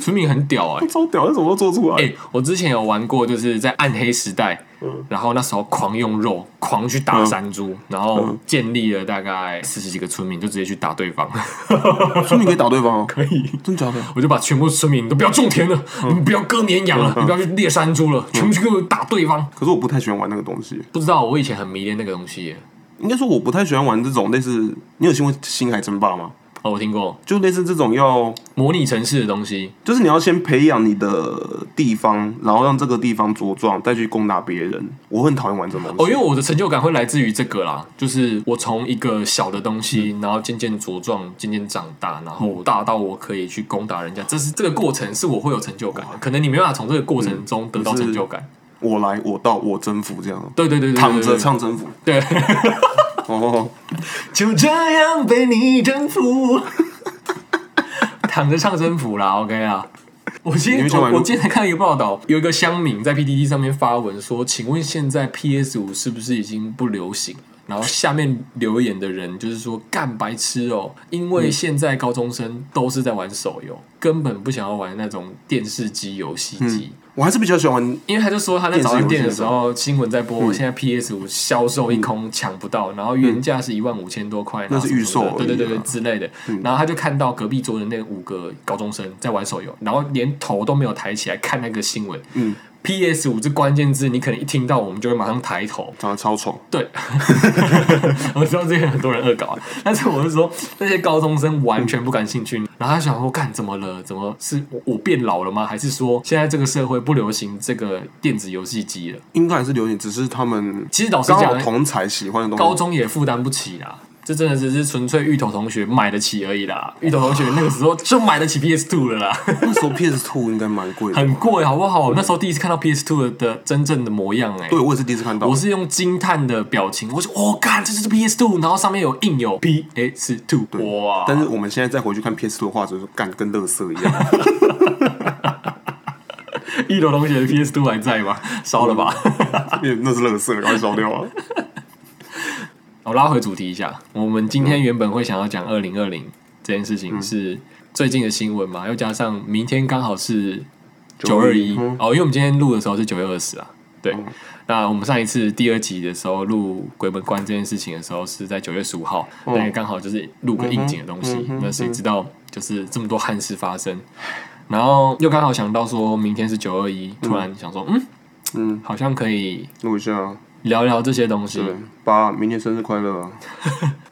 [SPEAKER 1] 村民很屌哎、
[SPEAKER 3] 超屌，他什么都做出来。
[SPEAKER 1] 哎、我之前有玩过，就是在暗黑时代，然后那时候狂用肉，狂去打山猪，然后建立了大概四十几个村民，就直接去打对方。
[SPEAKER 3] 村民可以打对方哦，
[SPEAKER 1] 可以，
[SPEAKER 3] 真假的？
[SPEAKER 1] 我就把全部村民都不要种田了，你们不要割绵羊了，你不要去猎山猪了，全部去给我打对方。
[SPEAKER 3] 可是我不太喜欢玩那个东西，
[SPEAKER 1] 不知道，我以前很迷恋那个东西耶。
[SPEAKER 3] 应该说我不太喜欢玩这种类似。你有听过《星海争霸》吗？
[SPEAKER 1] 哦，我听过
[SPEAKER 3] 就类似这种要，
[SPEAKER 1] 模拟城市的东西，
[SPEAKER 3] 就是你要先培养你的地方，然后让这个地方茁壮，再去攻打别人。我很讨厌玩这种东
[SPEAKER 1] 哦，
[SPEAKER 3] 西。
[SPEAKER 1] 因为我的成就感会来自于这个啦，就是我从一个小的东西，
[SPEAKER 3] 嗯
[SPEAKER 1] 然后渐渐茁壮，渐渐长大，然后大到我可以去攻打人家，这是这个过程是我会有成就感的，可能你没办法从这个过程中得到
[SPEAKER 3] 嗯你是
[SPEAKER 1] 成就感。
[SPEAKER 3] 我来，我到，我征服这样。
[SPEAKER 1] 对对对对，对
[SPEAKER 3] 躺着，唱征服
[SPEAKER 1] 对，对
[SPEAKER 3] 哦，
[SPEAKER 1] 就这样被你征服，躺着唱征服啦，OK 啊。我今天
[SPEAKER 3] 你们想买
[SPEAKER 1] 我
[SPEAKER 3] 路
[SPEAKER 1] 我今天才看了一个报道，有一个乡民在 PTT 上面发文说：“请问现在 PS 五是不是已经不流行了？”然后下面留言的人就是说：“干白痴哦，因为现在高中生都是在玩手游，根本不想要玩那种电视机游戏机。
[SPEAKER 3] 我还是比较喜欢玩
[SPEAKER 1] 因为他就说他在早餐店的时候，新闻在
[SPEAKER 3] 嗯
[SPEAKER 1] 播，现在 PS 五销售一空，抢不到，然后原价是一万五千多块，然后
[SPEAKER 3] 那是预售
[SPEAKER 1] 什么的
[SPEAKER 3] 而已
[SPEAKER 1] 对
[SPEAKER 3] 啊
[SPEAKER 1] 对对对之类的。然后他就看到隔壁桌的那五个高中生在玩手游，
[SPEAKER 3] 嗯
[SPEAKER 1] 然后连头都没有抬起来看那个新闻。嗯，PS 五这关键字，你可能一听到，我们就会马上抬头。
[SPEAKER 3] 长得超丑，
[SPEAKER 1] 对， 我知道这个很多人恶搞啊，但是我是说那些高中生完全不感兴趣，然后他想说干怎么了？怎么是我我变老了吗？还是说现在这个社会不流行这个电子游戏机了？
[SPEAKER 3] 应该还是留点，只是他们
[SPEAKER 1] 其实老实
[SPEAKER 3] 刚好
[SPEAKER 1] 讲，
[SPEAKER 3] 同才喜欢的
[SPEAKER 1] 高
[SPEAKER 3] 东西。
[SPEAKER 1] 中也负担不起啦。这真的只是纯粹芋头同学买得起而已啦。芋头同学那个时候就买得起 PS Two 了啦，
[SPEAKER 3] 那时候 PS Two 应该蛮贵的，
[SPEAKER 1] 很贵好不好？我那时候第一次看到 PS Two 的真正的模样、欸，哎，
[SPEAKER 3] 对我也是第一次看到
[SPEAKER 1] 我。是用惊叹的表情，我说哦，干，这就是 PS Two，然后上面有印有 PS Two，哇！
[SPEAKER 3] 但是我们现在再回去看 PS Two 的画质，就干跟乐色一 样。
[SPEAKER 1] 一楼同学的 PS Two 还在吗？烧了吧！
[SPEAKER 3] 因为那是乐色，赶快烧掉啊！
[SPEAKER 1] 我拉回主题一下，我们今天原本会想要讲二零二零这件事情是最近的新闻嘛，又加上明天刚好是九二一
[SPEAKER 3] 921嗯
[SPEAKER 1] 哦，因为我们今天录的时候是九月二十啊，对。那我们上一次第二集的时候录鬼门关这件事情的时候是在九月十五号，那个刚好就是录个应景的东西。那谁知道就是这么多憾事发生，然后又刚好想到说明天是九二一，突然想说嗯
[SPEAKER 3] 嗯，
[SPEAKER 1] 好像可以
[SPEAKER 3] 录一下，啊
[SPEAKER 1] 聊聊这些东西。
[SPEAKER 3] 对，爸，明天生日快乐啊！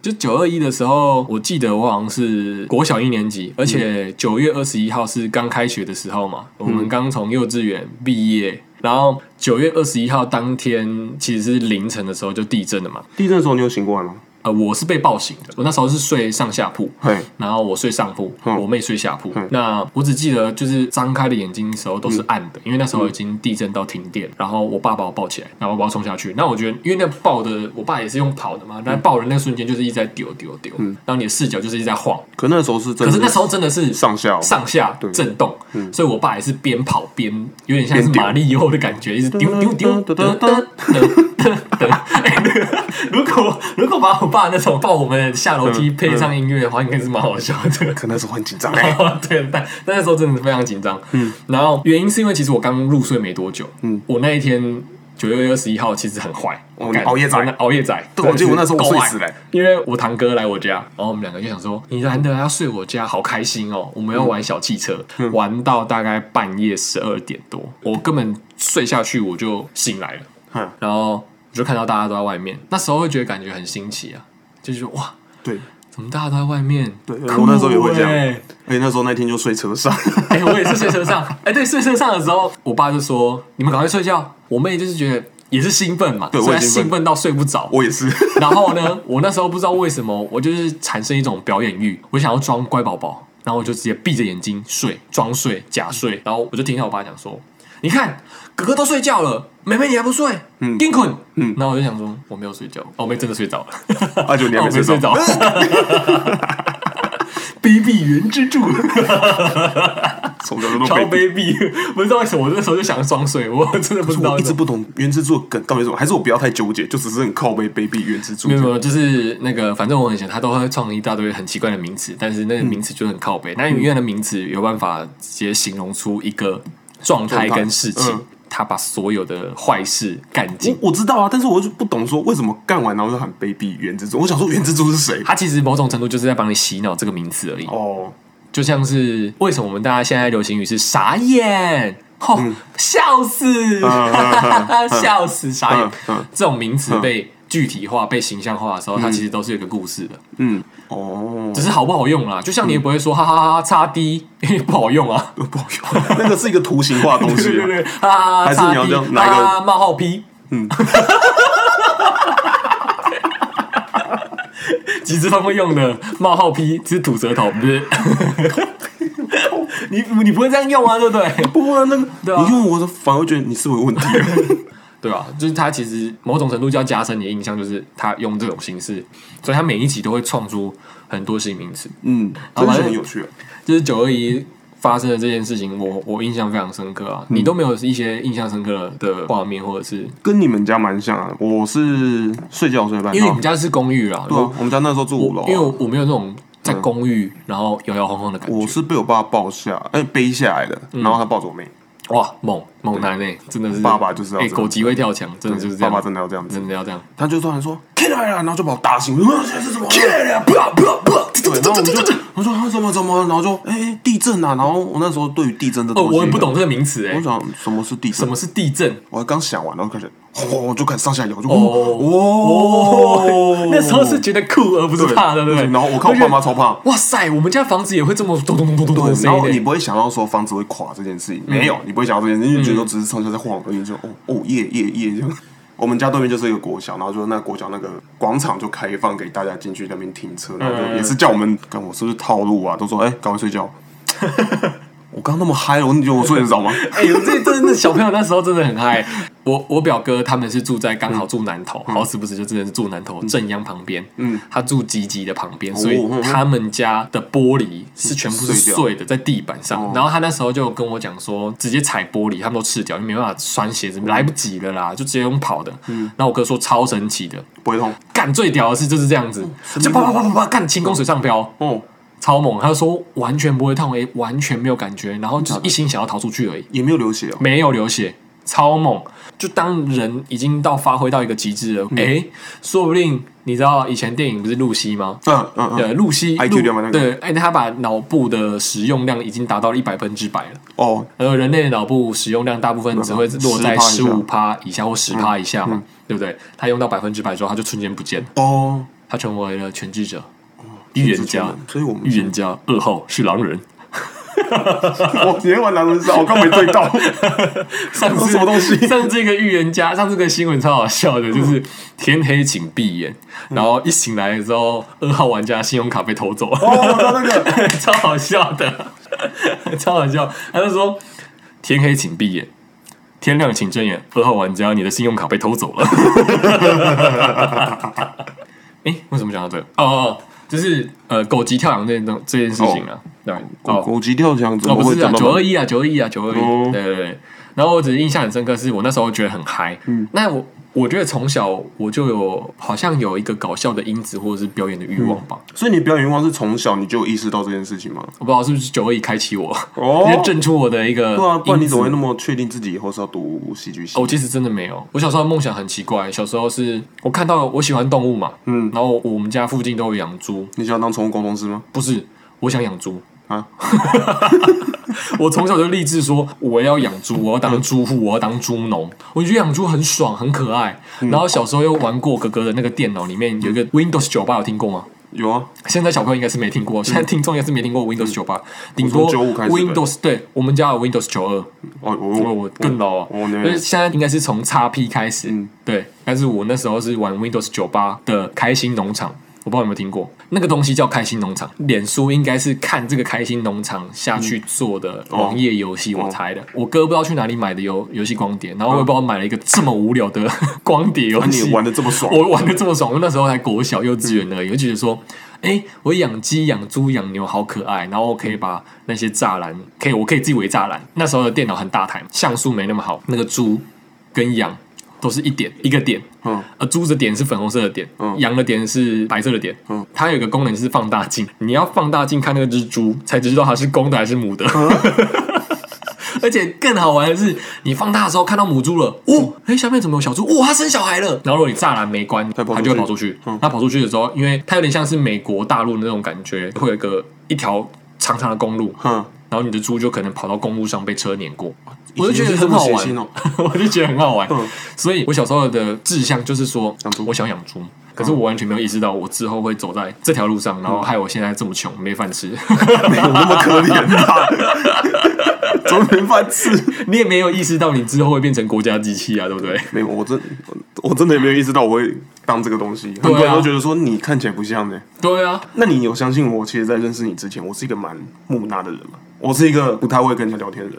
[SPEAKER 1] 就九二一的时候，我记得我好像是国小一年级，而且九月二十一号是刚开学的时候嘛，我们刚从幼稚园毕业，然后九月二十一号当天其实是凌晨的时候就地震了嘛，
[SPEAKER 3] 地震的时候你有醒过来吗？
[SPEAKER 1] 呃，我是被暴醒的，我那时候是睡上下铺，
[SPEAKER 3] 嘿，
[SPEAKER 1] 然后我睡上铺，
[SPEAKER 3] 嗯
[SPEAKER 1] 我妹睡下铺
[SPEAKER 3] 嗯。
[SPEAKER 1] 那我只记得就是张开的眼睛的时候都是暗的，因为那
[SPEAKER 3] 嗯
[SPEAKER 1] 时候已经地震到停电。然后我爸把我抱起来，然后我把我冲下去。那我觉得，因为那抱的，我爸也是用跑的嘛，
[SPEAKER 3] 嗯
[SPEAKER 1] 那抱人那瞬间就是一直在丢丢丢，然后你的视角就是一直在晃。
[SPEAKER 3] 可那时候是真
[SPEAKER 1] 可
[SPEAKER 3] 的，
[SPEAKER 1] 是那时候真的是
[SPEAKER 3] 上下哦
[SPEAKER 1] 上下
[SPEAKER 3] 对嗯
[SPEAKER 1] 震动，所以我爸也是边跑边有点像是
[SPEAKER 3] 边 丢
[SPEAKER 1] 马里欧的感觉，一直丢丢丢得得得得。哎那个如果果如果把我爸那种抱我们下楼
[SPEAKER 3] 嗯
[SPEAKER 1] 梯配上音乐的话，应该是蛮好笑的。
[SPEAKER 3] 可能是我很紧张哎。
[SPEAKER 1] 对，但但那时候真的是非常紧张。嗯，然后原因是因为其实我刚入睡没多久。嗯，我那一天九月二十一号其实很坏，
[SPEAKER 3] 哦
[SPEAKER 1] 我干
[SPEAKER 3] 你熬夜仔
[SPEAKER 1] 我那熬夜仔。
[SPEAKER 3] 对我记得我那时候 我
[SPEAKER 1] 够
[SPEAKER 3] 睡
[SPEAKER 1] 坏
[SPEAKER 3] 死了欸
[SPEAKER 1] 因为我堂哥来我家，然后我们两个就想说，你难得要睡我家，好开心哦！我
[SPEAKER 3] 嗯
[SPEAKER 1] 们要玩小汽车，玩到大概半夜十二点多，我根本睡下去我就醒来了。
[SPEAKER 3] 嗯，
[SPEAKER 1] 然后我就看到大家都在外面，那时候会觉得感觉很新奇啊，就是说哇，
[SPEAKER 3] 对
[SPEAKER 1] 怎么大家都在外面？
[SPEAKER 3] 对，
[SPEAKER 1] 酷
[SPEAKER 3] 我那时候也会这样，
[SPEAKER 1] 欸
[SPEAKER 3] 而哎且那时候那天就睡车上，
[SPEAKER 1] 哎、我也是睡车上。哎、对，睡车上的时候，我爸就说：“你们赶快睡觉。”我妹就是觉得也是兴奋嘛，
[SPEAKER 3] 对我
[SPEAKER 1] 所以
[SPEAKER 3] 也
[SPEAKER 1] 她
[SPEAKER 3] 兴奋
[SPEAKER 1] 兴奋到睡不着。
[SPEAKER 3] 我 也是。
[SPEAKER 1] 然后呢，我那时候不知道为什么，我就是产生一种表演欲，我想要装乖宝宝，然后我就直接闭着眼睛睡，装睡、假睡。然后我就听到我爸讲说：“你看，哥哥都睡觉了，妹妹你还不睡，嗯，硬困。”嗯，然后我就想说我没有睡觉，哦，我妹真的睡着了。
[SPEAKER 3] 啊，就你
[SPEAKER 1] 哦
[SPEAKER 3] 还
[SPEAKER 1] 没
[SPEAKER 3] 没睡
[SPEAKER 1] 睡
[SPEAKER 3] 着
[SPEAKER 1] 着， 卑鄙原之助，
[SPEAKER 3] 从小就都
[SPEAKER 1] 超
[SPEAKER 3] 被
[SPEAKER 1] 卑鄙！ 不知道为什么，我那时候就想装睡，我真的不知道
[SPEAKER 3] 我
[SPEAKER 1] 为
[SPEAKER 3] 一
[SPEAKER 1] 什么
[SPEAKER 3] 直不懂原之助的梗到底是什么，还是我不要太纠结，就只是很靠背卑鄙原之助
[SPEAKER 1] 没。有没有，就是那个，反正我很想，他都会创一大堆很奇怪的名词，但是那个名词就很靠北。那、因为那名词有办法直接形容出一个状态跟事情，
[SPEAKER 3] 状态
[SPEAKER 1] 他把所有的坏事干尽。
[SPEAKER 3] 我我知道啊，但是我就不懂说为什么干完然后就喊卑鄙原之助，我想说原之助是谁？
[SPEAKER 1] 他其实某种程度就是在帮你洗脑这个名词而已，
[SPEAKER 3] 哦，
[SPEAKER 1] 就像是为什么我们大家现在流行语是傻眼。哦，笑死，
[SPEAKER 3] 嗯嗯
[SPEAKER 1] 笑死，傻眼
[SPEAKER 3] 嗯嗯！
[SPEAKER 1] 这种名词被具体化、被形象化的时候，它其实都是有一个故事的。
[SPEAKER 3] 嗯，哦
[SPEAKER 1] 只，是好不好用啦。就像你也不会说哈哈哈哈叉 D，因为不好用啊。
[SPEAKER 3] 不好用， 那个是一个图形化的东西
[SPEAKER 1] 对
[SPEAKER 3] 啊
[SPEAKER 1] 对。对，哈哈哈
[SPEAKER 3] 还是
[SPEAKER 1] 叉
[SPEAKER 3] 你要
[SPEAKER 1] D，
[SPEAKER 3] 这样拿一个
[SPEAKER 1] 哈哈啊冒号 P，
[SPEAKER 3] 嗯，
[SPEAKER 1] 几只方会用的冒号 P 只是吐舌头，不是？ 你你不会这样用啊，对不对？
[SPEAKER 3] 不过那个
[SPEAKER 1] 对啊
[SPEAKER 3] 你用我的反而会觉得你是不是有问题 啊？
[SPEAKER 1] 对吧？就是他其实某种程度就要加深你的印象，就是他用这种形式，所以他每一集都会创出很多新名词。
[SPEAKER 3] 嗯，真的是很有趣啊。
[SPEAKER 1] 就是九二一发生的这件事情，我我印象非常深刻啊。你都没有一些印象深刻的画面，或者是
[SPEAKER 3] 跟你们家蛮像啊，我是睡觉睡半，
[SPEAKER 1] 因为你们
[SPEAKER 3] 家
[SPEAKER 1] 家是公寓啦，
[SPEAKER 3] 对啊，我们家那时候住五楼
[SPEAKER 1] 我因为
[SPEAKER 3] 啊，
[SPEAKER 1] 我没有那种在公寓、然后摇摇晃晃的感
[SPEAKER 3] 我
[SPEAKER 1] 觉，
[SPEAKER 3] 是被我爸抱下，哎，背下来的，
[SPEAKER 1] 嗯
[SPEAKER 3] 然后他抱着我妹，
[SPEAKER 1] 哇，猛猛男哎、真的是
[SPEAKER 3] 爸爸就是要
[SPEAKER 1] 哎、
[SPEAKER 3] 这样
[SPEAKER 1] 狗急会跳墙，真的就是这样，
[SPEAKER 3] 爸爸真的要这样子
[SPEAKER 1] 真的要 这样，
[SPEAKER 3] 他就突然说起来了，然后就把我打醒，我说啊这是什么？起来了，
[SPEAKER 1] 啪啪啪，
[SPEAKER 3] 对，然后我就我说啊他怎么怎么了，然后就哎地震啊，然后我那时候对于地震这
[SPEAKER 1] 哦，
[SPEAKER 3] 东西，
[SPEAKER 1] 我也不懂，这个名词哎、
[SPEAKER 3] 我想什么是地震？
[SPEAKER 1] 什么是地震？
[SPEAKER 3] 我还刚想完，然后开始轰就开始上下摇，就
[SPEAKER 1] 哦
[SPEAKER 3] 哦，
[SPEAKER 1] 那时候是觉得酷而不是怕的，对不对？
[SPEAKER 3] 然后我看我爸妈
[SPEAKER 1] 就觉
[SPEAKER 3] 超怕，
[SPEAKER 1] 得，哇塞，我们家房子也会这么咚咚咚咚咚咚的
[SPEAKER 3] 对，
[SPEAKER 1] 声
[SPEAKER 3] 然后你
[SPEAKER 1] 音、欸。
[SPEAKER 3] 不会想到说房子会垮这件事情，
[SPEAKER 1] 嗯
[SPEAKER 3] 没有，你不会想到这件事情，你就觉得只是上下在晃而已，就哦哦耶耶耶就。 我们家对面就是一个国小，然后就那国小那个广场就开放给大家进去那边停车，然后
[SPEAKER 1] 嗯
[SPEAKER 3] 就也是叫我们，看我是不是套路啊？都说哎，赶快睡觉。 我刚那么嗨，我你觉得我睡得着吗？
[SPEAKER 1] 哎、我这真的小朋友那时候真的很嗨。我我表哥他们是住在刚好住南头，
[SPEAKER 3] 嗯
[SPEAKER 1] 好死不死就真的是住南头正央旁边。嗯，他住吉吉的旁边，所以
[SPEAKER 3] 嗯嗯
[SPEAKER 1] 他们家的玻璃是全部是
[SPEAKER 3] 碎掉
[SPEAKER 1] 碎的，在地板上
[SPEAKER 3] 哦。
[SPEAKER 1] 然后他那时候就跟我讲说，直接踩玻璃，他们都赤脚，就没办法穿鞋
[SPEAKER 3] 嗯
[SPEAKER 1] 子，来不及了啦，就直接用跑的。嗯，然后我哥说超神奇的，
[SPEAKER 3] 不会痛
[SPEAKER 1] 干最屌的是就是这样子，就啪啪啪啪啪干轻功水上漂。
[SPEAKER 3] 哦，
[SPEAKER 1] 超猛！他就说完全不会痛，诶，完全没有感觉，然后就是一心想要逃出去而已。
[SPEAKER 3] 也没有流血哦。
[SPEAKER 1] 没有流血，超猛。就当人已经到发挥到一个极致
[SPEAKER 3] 嗯
[SPEAKER 1] 了，哎、说不定你知道以前电影不是露西吗？
[SPEAKER 3] 嗯嗯
[SPEAKER 1] 对，
[SPEAKER 3] 嗯，
[SPEAKER 1] 露西
[SPEAKER 3] IQ
[SPEAKER 1] 露
[SPEAKER 3] 600那个
[SPEAKER 1] 对，哎、他把脑部的使用量已经达到了一百分之百了。
[SPEAKER 3] 哦，
[SPEAKER 1] 而人类的脑部使用量大部分只会落在十五趴以下或十
[SPEAKER 3] 嗯
[SPEAKER 1] 趴以下嘛，对不对？他用到百分之百之后，他就瞬间不见了，
[SPEAKER 3] 哦，
[SPEAKER 1] 他成为了全智者、预言家、
[SPEAKER 3] 所以我们
[SPEAKER 1] 预言家二号是狼人。
[SPEAKER 3] 我今天玩狼人杀，我刚没 对到，哦
[SPEAKER 1] 上次
[SPEAKER 3] 什么 东西嗯
[SPEAKER 1] 上次一个预言家，上次个新闻超好笑的，就是天黑请闭眼，然后一醒来的时候，二号玩家信用卡被偷走，
[SPEAKER 3] 哦，我知道那个，
[SPEAKER 1] 超好笑的， 超好笑。他就说天黑请闭眼，天亮请睁眼，二号玩家你的信用卡被偷走了。 哎、为什么讲到这个？哦哦，就是呃，狗急跳墙这件东这件事情啊，对，
[SPEAKER 3] 狗
[SPEAKER 1] 哦，
[SPEAKER 3] 狗急跳墙怎
[SPEAKER 1] 哦，
[SPEAKER 3] 么
[SPEAKER 1] 不
[SPEAKER 3] 会
[SPEAKER 1] 是啊
[SPEAKER 3] 讲，到
[SPEAKER 1] 九二一啊，九二一啊，九二
[SPEAKER 3] 哦
[SPEAKER 1] 一，对对对。然后我只是印象很深刻，是我那时候觉得很嗨。嗯，那我我觉得从小我就有好像有一个搞笑的因子或者是表演的欲望吧，
[SPEAKER 3] 所以你表演欲望是从小你就有意识到这件事情吗？
[SPEAKER 1] 我不知道是不是九二一开启我，
[SPEAKER 3] 哦
[SPEAKER 1] 因为震出我的一个
[SPEAKER 3] 对啊，不然你怎么会那
[SPEAKER 1] 么？
[SPEAKER 3] 么确定自己以后是要读戏剧系
[SPEAKER 1] 哦，？我其实真的没有。我小时候的梦想很奇怪，小时候是我看到我喜欢动物嘛，嗯，然后我们家附近都有养猪，
[SPEAKER 3] 你想当宠物沟通师吗？
[SPEAKER 1] 不是，我想养猪
[SPEAKER 3] 啊！
[SPEAKER 1] 我从小就立志说，我要养猪，我要当猪户，我要当猪农。我觉得养猪很爽，很可爱。
[SPEAKER 3] 嗯
[SPEAKER 1] 然后小时候又玩过哥哥的那个电脑，里面有一个 Windows 九八，有听过吗？
[SPEAKER 3] 有啊，
[SPEAKER 1] 现在小朋友应该是没听过，现在听众应该是没听过 Windows 九八，顶
[SPEAKER 3] 嗯从
[SPEAKER 1] 多
[SPEAKER 3] 95开始的
[SPEAKER 1] Windows 对我们家有 Windows 九二，
[SPEAKER 3] 哦，我
[SPEAKER 1] 我我更老啊，
[SPEAKER 3] 我那嗯
[SPEAKER 1] 就是现在应该是从 x P 开始，对，但是我那时候是玩 Windows 九八的开心农场。我不知道有没有听过那个东西叫开心农场，脸书应该是看这个开心农场下去做的网页游戏，
[SPEAKER 3] 哦
[SPEAKER 1] 我猜的。我哥不知道去哪里买的游游戏光碟，然后我也不知道买了一个这么无聊的 光碟游
[SPEAKER 3] 啊
[SPEAKER 1] 戏。
[SPEAKER 3] 哦你玩的这么爽，
[SPEAKER 1] 我玩的这么爽，我那时候还国小幼稚园而已，我就觉得说，哎、我养鸡、养猪、养牛好可爱，然后我可以把那些栅栏，可以我可以自己围栅栏。那时候的电脑很大台，像素没那么好，那个猪跟羊都是一点一个点。
[SPEAKER 3] 嗯，
[SPEAKER 1] 呃，猪的点是粉红色的点，
[SPEAKER 3] 嗯
[SPEAKER 1] 羊的点是白色的点，
[SPEAKER 3] 嗯，
[SPEAKER 1] 它有一个功能就是放大镜，你要放大镜看那个只猪，才知道它是公的还是母的。
[SPEAKER 3] 嗯
[SPEAKER 1] 而且更好玩的是，你放大的时候看到母猪了，哦，哎，下面怎么有小猪？哇，它生小孩了。然后如果你栅栏没关，
[SPEAKER 3] 它跑出
[SPEAKER 1] 它
[SPEAKER 3] 去嗯
[SPEAKER 1] 就会跑出去。它跑出去的时候，因为它有点像是美国大陆那种感觉，会有一个一条长长的公路，
[SPEAKER 3] 哼，
[SPEAKER 1] 然后你的猪就可能跑到公路上被车碾过。我就
[SPEAKER 3] 以前
[SPEAKER 1] 觉得
[SPEAKER 3] 是这
[SPEAKER 1] 很
[SPEAKER 3] 么
[SPEAKER 1] 好
[SPEAKER 3] 血
[SPEAKER 1] 玩
[SPEAKER 3] 腥，哦。
[SPEAKER 1] 我就觉得很好玩
[SPEAKER 3] 嗯。
[SPEAKER 1] 所以我小时候的志向就是说
[SPEAKER 3] 养猪，嗯
[SPEAKER 1] 我想养猪。可是我完全没有意识到，我之后会走在这条路上，然后害我现在这么穷，没饭 吃。
[SPEAKER 3] 没有那么可怜吧？ 怎么没饭吃？
[SPEAKER 1] 你也没有意识到，你之后会变成国家机器啊，对不对？
[SPEAKER 3] 没有，我真我真的也没有意识到我会当这个东西。很
[SPEAKER 1] 啊
[SPEAKER 3] 多人都觉得说你看起来不像呢、
[SPEAKER 1] 对啊，
[SPEAKER 3] 那你有相信我？其实，在认识你之前，我是一个蛮木讷的人嘛，我是一个不太会跟人家聊天的人。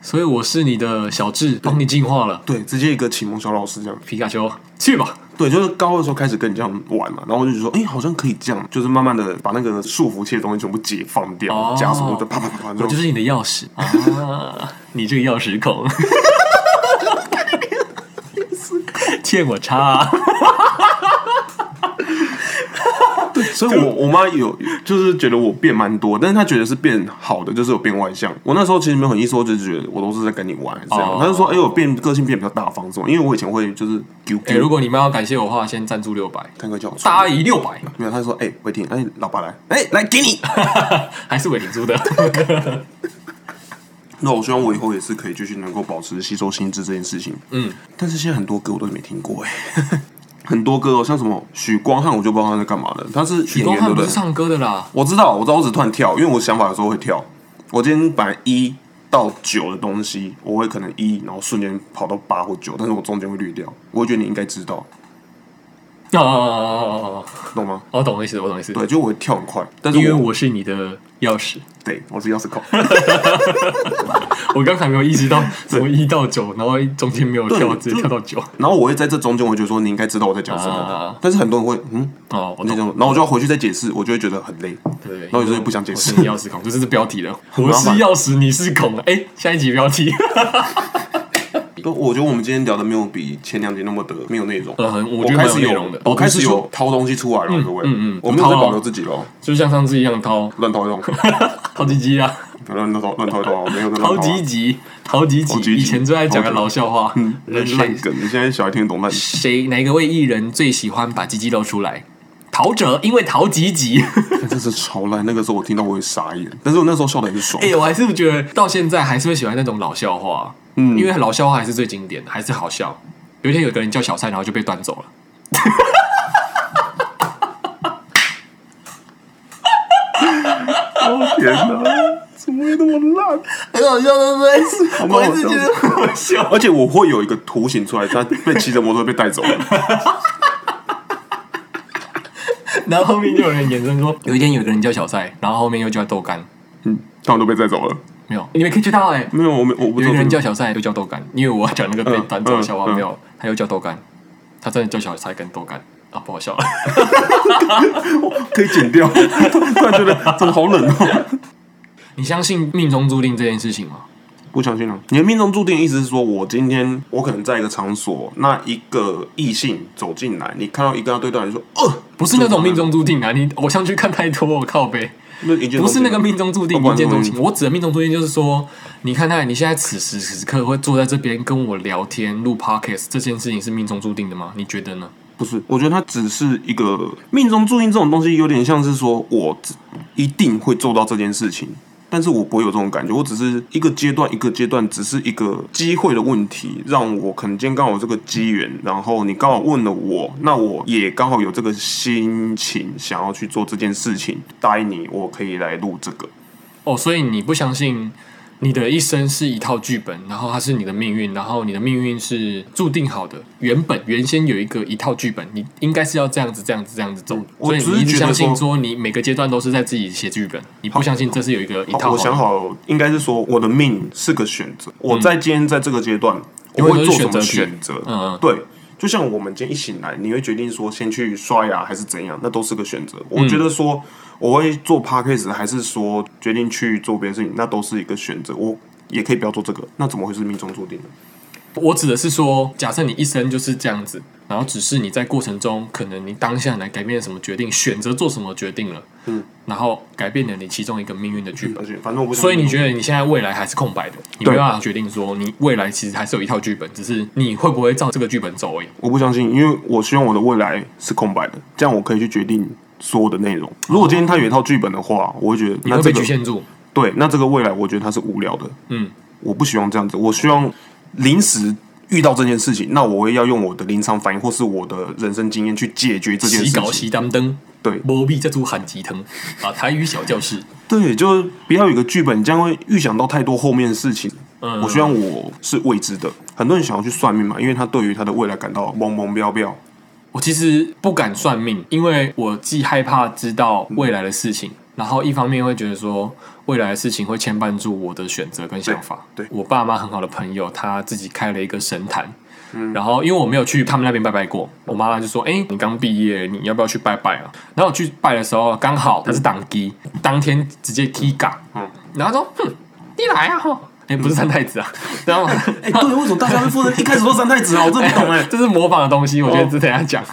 [SPEAKER 1] 所以我是你的小智，帮你进化了，
[SPEAKER 3] 对，直接一个启蒙小老师这样。
[SPEAKER 1] 皮卡丘，去吧。
[SPEAKER 3] 对，就是高二的时候开始跟你这样玩嘛，然后我就觉得说，哎、好像可以这样，就是慢慢的把那个束缚器的东西全部解放掉，
[SPEAKER 1] 哦
[SPEAKER 3] 枷锁就啪啪啪啪，
[SPEAKER 1] 我
[SPEAKER 3] 就
[SPEAKER 1] 就是你的钥匙啊，你这个钥匙孔，欠我差、
[SPEAKER 3] 所以我我妈有就是觉得我变蛮多，但是她觉得是变好的，就是有变外向。我那时候其实没有很意思，我就觉得我都是在跟你玩这样。
[SPEAKER 1] 哦
[SPEAKER 3] 她就说：“哎、我变个性变比较大方，这种，因为我以前会就是丢
[SPEAKER 1] 哎、
[SPEAKER 3] 丢，
[SPEAKER 1] 如果你们要感谢我的话，先赞助六百，
[SPEAKER 3] 看个叫我出
[SPEAKER 1] 大阿姨六百，
[SPEAKER 3] 没有，她就说：“哎、伟霆，哎、老爸来，哎、来给你。
[SPEAKER 1] 还是伟霆租的。
[SPEAKER 3] 那我希望我以后也是可以继续能够保持吸收新知这件事情。
[SPEAKER 1] 嗯，
[SPEAKER 3] 但是现在很多歌我都没听过哎、很多歌哦，像什么许光汉，我就不知道他在干嘛的。他是
[SPEAKER 1] 许
[SPEAKER 3] 演
[SPEAKER 1] 光
[SPEAKER 3] 员对
[SPEAKER 1] 汉不
[SPEAKER 3] 对
[SPEAKER 1] 是？唱歌的啦，
[SPEAKER 3] 我知道，我知道，我只突然跳，因为我想法有时候会跳。我今天本来一到九的东西，我会可能一，然后瞬间跑到八或九，但是我中间会滤掉。我会觉得你应该知道，
[SPEAKER 1] 哦哦哦哦哦，
[SPEAKER 3] 懂吗？
[SPEAKER 1] 我懂意思，我懂意思。
[SPEAKER 3] 对，就我会跳很快，但是
[SPEAKER 1] 因为
[SPEAKER 3] 我
[SPEAKER 1] 我是你的钥匙，
[SPEAKER 3] 对我是钥匙孔，
[SPEAKER 1] 我刚才没有意识到什么一到九，然后中间没有
[SPEAKER 3] 对
[SPEAKER 1] 跳，直
[SPEAKER 3] 就
[SPEAKER 1] 接跳到九。
[SPEAKER 3] 然后我会在这中间，我会觉得说你应该知道我在讲什么
[SPEAKER 1] 啊，
[SPEAKER 3] 但是很多人会嗯，
[SPEAKER 1] 哦，我
[SPEAKER 3] 你
[SPEAKER 1] 懂
[SPEAKER 3] 在讲什么，然后我就要回去再解释，我就会觉得很累。
[SPEAKER 1] 对，然
[SPEAKER 3] 后有时候也不想解释
[SPEAKER 1] 我是你钥匙孔，就是这标题 了。我
[SPEAKER 3] 麻
[SPEAKER 1] 是
[SPEAKER 3] 烦
[SPEAKER 1] 钥匙，你是孔。哎、下一集标 题，
[SPEAKER 3] 对，我觉得我们今天聊的没有比前两集那么的没有内容。
[SPEAKER 1] 嗯我
[SPEAKER 3] 我
[SPEAKER 1] 觉得
[SPEAKER 3] 开始
[SPEAKER 1] 蛮有内
[SPEAKER 3] 有
[SPEAKER 1] 容的
[SPEAKER 3] 我开始
[SPEAKER 1] 我是
[SPEAKER 3] 有
[SPEAKER 1] 说
[SPEAKER 3] 掏东西出来了，各位。
[SPEAKER 1] 嗯嗯
[SPEAKER 3] 我没有在
[SPEAKER 1] 掏啊
[SPEAKER 3] 保留自己喽，
[SPEAKER 1] 就像上次一样掏
[SPEAKER 3] 乱掏 一通，
[SPEAKER 1] 掏鸡鸡啊，
[SPEAKER 3] 乱乱掏乱掏一通，我没有在
[SPEAKER 1] 掏
[SPEAKER 3] 乱啊
[SPEAKER 1] 几。集，掏几
[SPEAKER 3] 掏几
[SPEAKER 1] 集。
[SPEAKER 3] 集
[SPEAKER 1] 以前最爱讲的老笑话，嗯，
[SPEAKER 3] 烂
[SPEAKER 1] 谁
[SPEAKER 3] 梗，你现在小孩听得 懂烂梗。
[SPEAKER 1] 谁哪一个位艺人最喜欢把鸡鸡露出来？陶喆，因为陶吉吉。
[SPEAKER 3] 但这是超烂，那个时候我听到我也傻眼，但是我那时候笑的很爽
[SPEAKER 1] 哎、。我还是觉得到现在还是会喜欢那种老笑话，
[SPEAKER 3] 嗯
[SPEAKER 1] 因为老笑话还是最经典，还是好笑。有一天有个人叫小蔡，然后就被端走了。
[SPEAKER 3] 天哪，怎么会那么烂？
[SPEAKER 1] 很好笑，对不对？
[SPEAKER 3] 蛮好笑的
[SPEAKER 1] 我一直觉得很好笑。
[SPEAKER 3] 而且我会有一个图形出来，他被骑着摩托被带走了。
[SPEAKER 1] 然后后面就有人衍生说，有一天有个人叫小赛，然后后面又叫豆干，
[SPEAKER 3] 嗯，他们都被带走了。
[SPEAKER 1] 没有，你们可以知道哎、欸。
[SPEAKER 3] 没有，我没我
[SPEAKER 1] 有
[SPEAKER 3] 不知
[SPEAKER 1] 一
[SPEAKER 3] 道
[SPEAKER 1] 个人
[SPEAKER 3] 这
[SPEAKER 1] 叫
[SPEAKER 3] 个。
[SPEAKER 1] 小赛，又叫豆干，因为我要讲那个被
[SPEAKER 3] 嗯
[SPEAKER 1] 搬走的笑话，
[SPEAKER 3] 嗯嗯
[SPEAKER 1] 没有，他又叫豆干，他真的叫小赛跟豆干啊，不好 笑了。
[SPEAKER 3] 可以剪掉。 突然觉得怎么好冷哦。
[SPEAKER 1] 你相信命中注定这件事情吗？
[SPEAKER 3] 不强性啊。你的命中注定意思是说，我今天我可能在一个场所，那一个异性走进来，你看到一个他对到，你说，呃，
[SPEAKER 1] 不是那种命中注定啊！你偶像剧看太多，我靠呗。
[SPEAKER 3] 那一见
[SPEAKER 1] 不
[SPEAKER 3] 钟
[SPEAKER 1] 是
[SPEAKER 3] 情
[SPEAKER 1] 那个命中注定，
[SPEAKER 3] 哦不
[SPEAKER 1] 一
[SPEAKER 3] 然
[SPEAKER 1] 见钟
[SPEAKER 3] 什
[SPEAKER 1] 情。我指的命中注定就是说，你看看你现在此时此刻会坐在这边跟我聊天、录 podcast 这件事情是命中注定的吗？你觉得呢？
[SPEAKER 3] 不是，我觉得它只是一个命中注定这种东西，有点像是说我只一定会做到这件事情，但是我不会有这种感觉，我只是一个阶段一个阶段，只是一个机会的问题，让我可能今天刚好有这个机缘，然后你刚好问了我，那我也刚好有这个心情想要去做这件事情，答应你，我可以来录这个。
[SPEAKER 1] 哦，所以你不相信你的一生是一套剧本，然后它是你的命运，然后你的命运是注定好的，原本原先有一个一套剧本，你应该是要这样子、这样子、这样子走。
[SPEAKER 3] 我
[SPEAKER 1] 所以
[SPEAKER 3] 只
[SPEAKER 1] 你
[SPEAKER 3] 是
[SPEAKER 1] 一直
[SPEAKER 3] 觉得
[SPEAKER 1] 相信
[SPEAKER 3] 说
[SPEAKER 1] 说你每个阶段都是在自己写剧本，你不相信这是有一个一套哦
[SPEAKER 3] 好，哦我
[SPEAKER 1] 的
[SPEAKER 3] 想好了，应该是说我的命是个选择，我在今天在这个阶段，
[SPEAKER 1] 嗯因
[SPEAKER 3] 我
[SPEAKER 1] 为
[SPEAKER 3] 会
[SPEAKER 1] 都
[SPEAKER 3] 做
[SPEAKER 1] 是
[SPEAKER 3] 什么
[SPEAKER 1] 选
[SPEAKER 3] 选
[SPEAKER 1] 择
[SPEAKER 3] 择
[SPEAKER 1] 题？嗯嗯
[SPEAKER 3] 对。就像我们今天一醒来，你会决定说先去刷牙还是怎样，那都是个选择。
[SPEAKER 1] 嗯
[SPEAKER 3] 我觉得说我会做 podcast 还是说决定去做别的事情，那都是一个选择。我也可以不要做这个，那怎么会是命中注定呢？
[SPEAKER 1] 我指的是说，假设你一生就是这样子，然后只是你在过程中，可能你当下来改变什么决定，选择做什么决定了，嗯，然后改变了你其中一个命运的剧本。
[SPEAKER 3] 而且反正我不想
[SPEAKER 1] 所以你觉
[SPEAKER 3] 得
[SPEAKER 1] 得你现在未来还是空白的，你没
[SPEAKER 3] 对
[SPEAKER 1] 办法决定说你未来其实还是有一套剧本，只是你会不会照这个剧本走而已。
[SPEAKER 3] 我不相信，因为我希望我的未来是空白的，这样我可以去决定所有的内容。如果今天他有一套剧本的话，我会觉得
[SPEAKER 1] 你
[SPEAKER 3] 那
[SPEAKER 1] 会
[SPEAKER 3] 这
[SPEAKER 1] 被
[SPEAKER 3] 个
[SPEAKER 1] 局限住，
[SPEAKER 3] 对，那这个未来我觉得它是无聊的，
[SPEAKER 1] 嗯，
[SPEAKER 3] 我不希望这样子，我希望临时遇到这件事情，那我也要用我的临场反应或是我的人生经验去解决这件
[SPEAKER 1] 洗
[SPEAKER 3] 事
[SPEAKER 1] 稿
[SPEAKER 3] 情。
[SPEAKER 1] 洗当灯，
[SPEAKER 3] 对
[SPEAKER 1] 波比在出喊吉藤啊，台语小教室，
[SPEAKER 3] 对，就是不要有一个剧本，这样会预想到太多后面的事情。
[SPEAKER 1] 嗯
[SPEAKER 3] 我希望我是未知的。很多人想要去算命嘛，因为他对于他的未来感到懵懵标标。
[SPEAKER 1] 我其实不敢算命，因为我既害怕知道未来的事情，然后一方面会觉得说未来的事情会牵绊住我的选择跟想法。
[SPEAKER 3] 对对
[SPEAKER 1] 我爸妈很好的朋友，他自己开了一个神坛。
[SPEAKER 3] 嗯
[SPEAKER 1] 然后，因为我没有去他们那边拜拜过，我妈妈就说：“哎、你刚毕业，你要不要去拜拜啊？”然后我去拜的时候，刚好他是当机，当天直接 K 岗，嗯，然后说：“哼，你来啊！”吼，哎、不是三太子啊，然后
[SPEAKER 3] 哎、对，为什么大家会负责一开始说三太子啊？我真的不懂哎、
[SPEAKER 1] 这是模仿的东西，我觉得只等一下讲。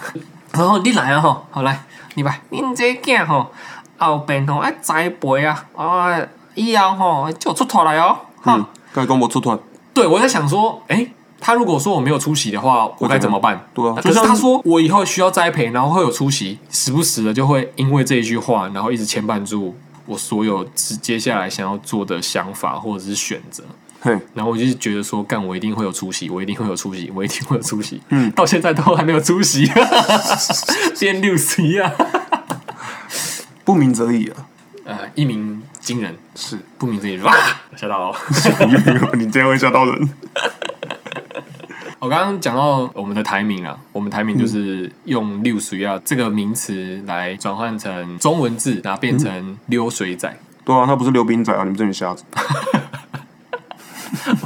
[SPEAKER 1] 然后你来啊吼，好来，你来，
[SPEAKER 4] 恁这囝吼，后边吼爱栽培啊，啊，以后吼就出头来哦，哈、
[SPEAKER 3] 嗯，该跟我出团，
[SPEAKER 1] 对我在想说，哎、他如果说我没有出席的话，我该怎么办？
[SPEAKER 3] 对啊
[SPEAKER 1] 可
[SPEAKER 3] 就是像
[SPEAKER 1] 他说我以后需要栽培，然后会有出席，时不时的就会因为这一句话，然后一直牵绊住我所有接接下来想要做的想法或者是选择。
[SPEAKER 3] 嘿，
[SPEAKER 1] 然后我就是觉得说，干，我一定会有出息，我一定会有出息，我一定会有出息。嗯，到现在都还没有出息， 变六十一啊！
[SPEAKER 3] 不鸣则已啊。
[SPEAKER 1] 呃，一鸣惊人，
[SPEAKER 3] 是，
[SPEAKER 1] 不明自己哇，吓到了。
[SPEAKER 3] 你这样会吓到人。
[SPEAKER 1] 我刚刚讲到我们的台名啊，我们台名就是用“六水啊”这个名词来转换成中文字，然后变成“溜水仔
[SPEAKER 3] 对啊，他不是溜冰仔啊，你们这群瞎子。”。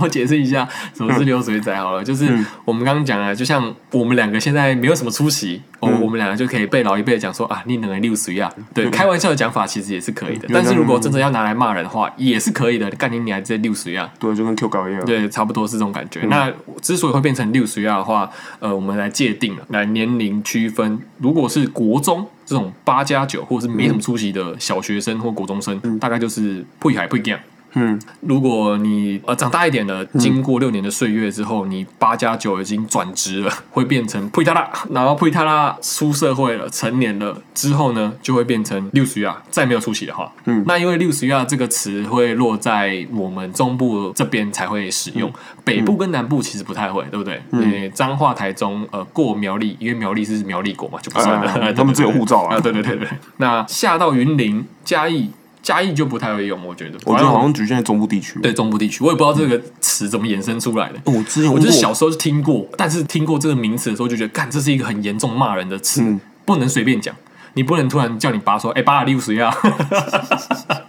[SPEAKER 1] 我解释一下什么是“溜水仔”好了，就是我们刚刚讲的，就像我们两个现在没有什么出息，哦，我们两个就可以被老一辈讲说啊，你能个溜水啊。对，开玩笑的讲法其实也是可以的，但是如果真的要拿来骂人的话，也是可以的。干你你还在溜水啊？
[SPEAKER 3] 对，就跟 Q 稿一样。
[SPEAKER 1] 对，差不多是这种感觉。那之所以会变成六十亚的话，呃，我们来界定了，来年龄区分。如果是国中这种八加九或者是没什么出息的小学生或国中生，大概就是不海不一样。
[SPEAKER 3] 嗯，
[SPEAKER 1] 如果你呃长大一点了，经过六年的岁月之后，你八加九已经转职了，会变成普塔拉， 然后普塔拉出社会了，成年了之后呢，就会变成六十亚，再没有出席的话，嗯，那因为六十亚这个词会落在我们中部这边才会使
[SPEAKER 3] 嗯
[SPEAKER 1] 用，北部跟南部其实不太会，对不对？嗯，彰化、台中，呃，过苗栗，因为苗栗是苗栗国嘛，就不算了，
[SPEAKER 3] 啊
[SPEAKER 1] 对
[SPEAKER 3] 他们自有护照啊
[SPEAKER 1] 啊，对对对对。那下到云林、嘉义。嘉义就不太会用，我觉得。
[SPEAKER 3] 我觉
[SPEAKER 1] 反
[SPEAKER 3] 得
[SPEAKER 1] 正
[SPEAKER 3] 好像局限在中部地区。
[SPEAKER 1] 对中部地区，我也不知道这个词怎么衍生出来的。
[SPEAKER 3] 哦，我之前
[SPEAKER 1] 我
[SPEAKER 3] 问
[SPEAKER 1] 就是
[SPEAKER 3] 过
[SPEAKER 1] 小时候就听过，但是听过这个名词的时候就觉得，干，这是一个很严重骂人的词，
[SPEAKER 3] 嗯
[SPEAKER 1] 不能随便讲。你不能突然叫你爸说：“哎、爸，你有谁啊？”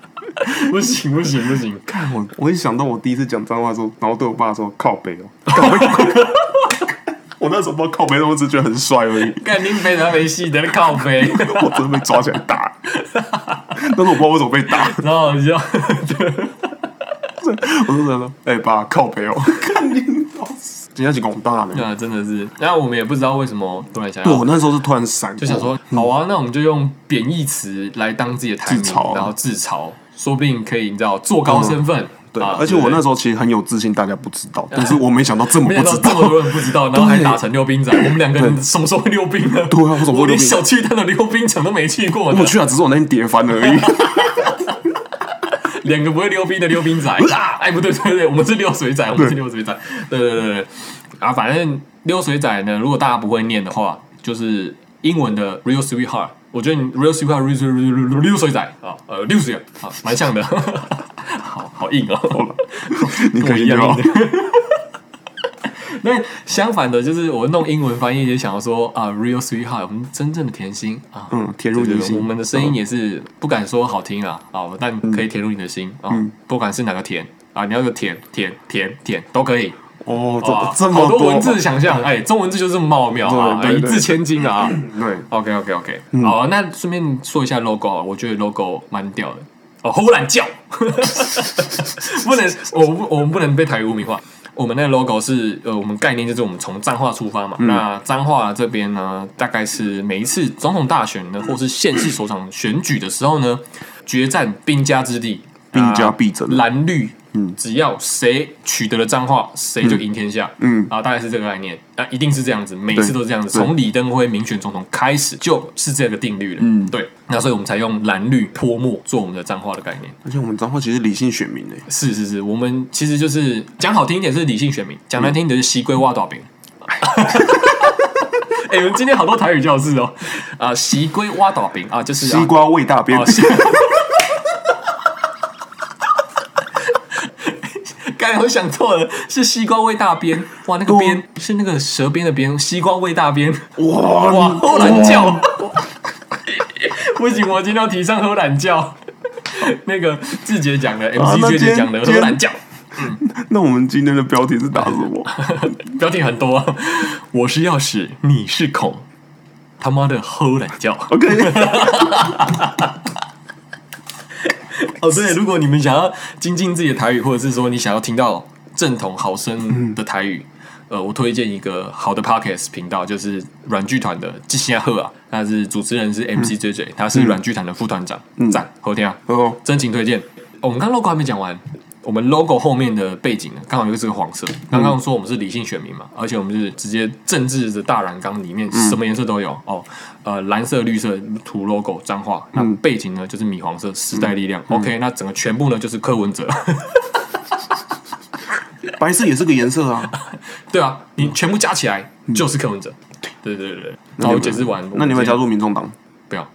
[SPEAKER 1] 不行不行不行！
[SPEAKER 3] 看哎我，我一想到我第一次讲脏话的时候，然后对我爸说“靠北哦”， 我那时候不知道靠北，我只是觉得很帅而已，
[SPEAKER 1] 干林北他没戏的靠背，
[SPEAKER 3] 我真的被抓起 来打。但是我不知道为什么被打，
[SPEAKER 1] 然后你就
[SPEAKER 3] 我说真的，哎、爸靠北哦，看你老师，人家是广大
[SPEAKER 1] 对
[SPEAKER 3] 呢。
[SPEAKER 1] 啊，真的是。然后我们也不知道为什么突然想
[SPEAKER 3] 对，我
[SPEAKER 1] 要，
[SPEAKER 3] 那时候是突然闪过，
[SPEAKER 1] 啊就想说，好啊，那我们就用贬义词来当自己的台名
[SPEAKER 3] 自嘲啊，嗯
[SPEAKER 1] 然后自嘲，说不定可以，你知道，做高身份。
[SPEAKER 3] 对，
[SPEAKER 1] 啊
[SPEAKER 3] 而且我那
[SPEAKER 1] 对
[SPEAKER 3] 时候其实很有自信，大家不知道，但是我没想到这么
[SPEAKER 1] 没
[SPEAKER 3] 不
[SPEAKER 1] 想到这
[SPEAKER 3] 知
[SPEAKER 1] 么
[SPEAKER 3] 道。
[SPEAKER 1] 多人不知道，然后还
[SPEAKER 3] 对
[SPEAKER 1] 打成溜冰仔。我们两个人什么时候会溜冰呢？
[SPEAKER 3] 对啊我怎么会溜冰
[SPEAKER 1] 连小巨蛋的溜冰场都没去过呢
[SPEAKER 3] 我。去啊，只是我那天叠翻而 已。
[SPEAKER 1] 两个不会溜冰的溜冰仔，啊哎，不对，对对，我们是溜水仔，我们是溜水仔，对对对对，啊，反正溜水仔呢，如果大家不会念的话，就是英文的 real sweetheart，我觉得你 real sweetheart real real- real- real- 溜水仔啊，呃，溜水啊，蛮像的， 好好硬哦，
[SPEAKER 3] 你
[SPEAKER 1] 跟
[SPEAKER 3] 可
[SPEAKER 1] 我
[SPEAKER 3] 以
[SPEAKER 1] 一
[SPEAKER 3] 就好
[SPEAKER 1] 样。硬的。 那相反的，就是我弄英文翻译也想要说啊，real sweetheart，我们真正的甜心啊，
[SPEAKER 3] 嗯，填入
[SPEAKER 1] 对
[SPEAKER 3] 你
[SPEAKER 1] 对对
[SPEAKER 3] 心。嗯
[SPEAKER 1] 我们的声音也是不敢说好听啦，啊，但可以填入你的心啊，
[SPEAKER 3] 嗯
[SPEAKER 1] 不管是哪个甜啊，你要有甜甜甜甜都可以。
[SPEAKER 3] 哦，
[SPEAKER 1] 哇，
[SPEAKER 3] 这这
[SPEAKER 1] 好
[SPEAKER 3] 么
[SPEAKER 1] 多文字想象，哎，中文字就是这么曼妙啊，
[SPEAKER 3] 对
[SPEAKER 1] 哎
[SPEAKER 3] 对
[SPEAKER 1] 一
[SPEAKER 3] 对
[SPEAKER 1] 字千金 啊。
[SPEAKER 3] 对，
[SPEAKER 1] OK OK OK，好，
[SPEAKER 3] 嗯
[SPEAKER 1] 那顺便说一下 logo 啊，我觉得 logo 蛮屌的。哦，忽然叫， 不能，我不，我们不能被台语污名化。我们那个 logo 是呃，我们概念就是我们从彰化出发嘛。
[SPEAKER 3] 嗯
[SPEAKER 1] 那彰化这边呢，大概是每一次总统大选呢，或是县市首长选举的时候呢，决战兵家之地，
[SPEAKER 3] 兵家
[SPEAKER 1] 啊
[SPEAKER 3] 必争
[SPEAKER 1] 蓝绿，
[SPEAKER 3] 嗯
[SPEAKER 1] 只要谁取得了彰化，谁就赢天下，
[SPEAKER 3] 嗯
[SPEAKER 1] 啊，大概是这个概念，啊，一定是这样子，每次都
[SPEAKER 3] 对
[SPEAKER 1] 是这样子，
[SPEAKER 3] 对
[SPEAKER 1] 从李登辉民选总统开始就是这个定律了，嗯，对，那所以我们才用蓝绿泼墨做我们的彰化的概念，
[SPEAKER 3] 而且我们彰化其实理性选民呢，欸
[SPEAKER 1] 是是是，我们其实就是讲好听一点是理性选民，讲难听一点是西龟挖大 饼。哎、我们今天好多台语教室哦，啊，西龟挖倒饼啊，就是啊
[SPEAKER 3] 西瓜味大便
[SPEAKER 1] 哦，。是 刚才我想错了，是西瓜味大边，哇，那个
[SPEAKER 3] 对
[SPEAKER 1] 边是那个蛇边的边，西瓜味大边，
[SPEAKER 3] 哇
[SPEAKER 1] 哇，
[SPEAKER 3] 嗯哇，
[SPEAKER 1] 喝懒觉， 不行，我今天要提倡喝懒觉。那个志杰讲的
[SPEAKER 3] 啊
[SPEAKER 1] ，MC
[SPEAKER 3] 那
[SPEAKER 1] 志杰
[SPEAKER 3] 今天
[SPEAKER 1] 讲的喝
[SPEAKER 3] 今天
[SPEAKER 1] 懒觉，
[SPEAKER 3] 那我们今天的标题是打什么？
[SPEAKER 1] 标题很多啊，我是钥匙，你是孔，他妈的喝懒觉。
[SPEAKER 3] OK，
[SPEAKER 1] 哦，对，如果你们想要精进自己的台语，或者是说你想要听到正统好声的台语，呃，我推荐一个好的 podcast 频道，就是软剧团的吉西亚赫啊，他是主持人是 MC JJ，、他是软剧团的副团长，赞，好听啊，
[SPEAKER 3] 哦，
[SPEAKER 1] 真情推荐。哦我们刚 logo 还没讲完，我们 logo 后面的背景呢，刚好又是个黄色。
[SPEAKER 3] 嗯
[SPEAKER 1] 刚刚说我们是理性选民嘛，而且我们是直接政治的大染缸里面
[SPEAKER 3] 嗯
[SPEAKER 1] 什么颜色都有、哦，呃，蓝色、绿色涂 logo 脏话，那
[SPEAKER 3] 嗯
[SPEAKER 1] 背景呢就是米黄色，时代力量。OK，那整个全部呢就是柯文哲，
[SPEAKER 3] 白色也是个颜色啊。
[SPEAKER 1] 对啊，你全部加起来就是柯文哲。对对对对，
[SPEAKER 3] 嗯那
[SPEAKER 1] 好，
[SPEAKER 3] 你
[SPEAKER 1] 我
[SPEAKER 3] 们
[SPEAKER 1] 解释完。
[SPEAKER 3] 那你
[SPEAKER 1] 我
[SPEAKER 3] 们
[SPEAKER 1] 们今天
[SPEAKER 3] 加入民众党？
[SPEAKER 1] 不要？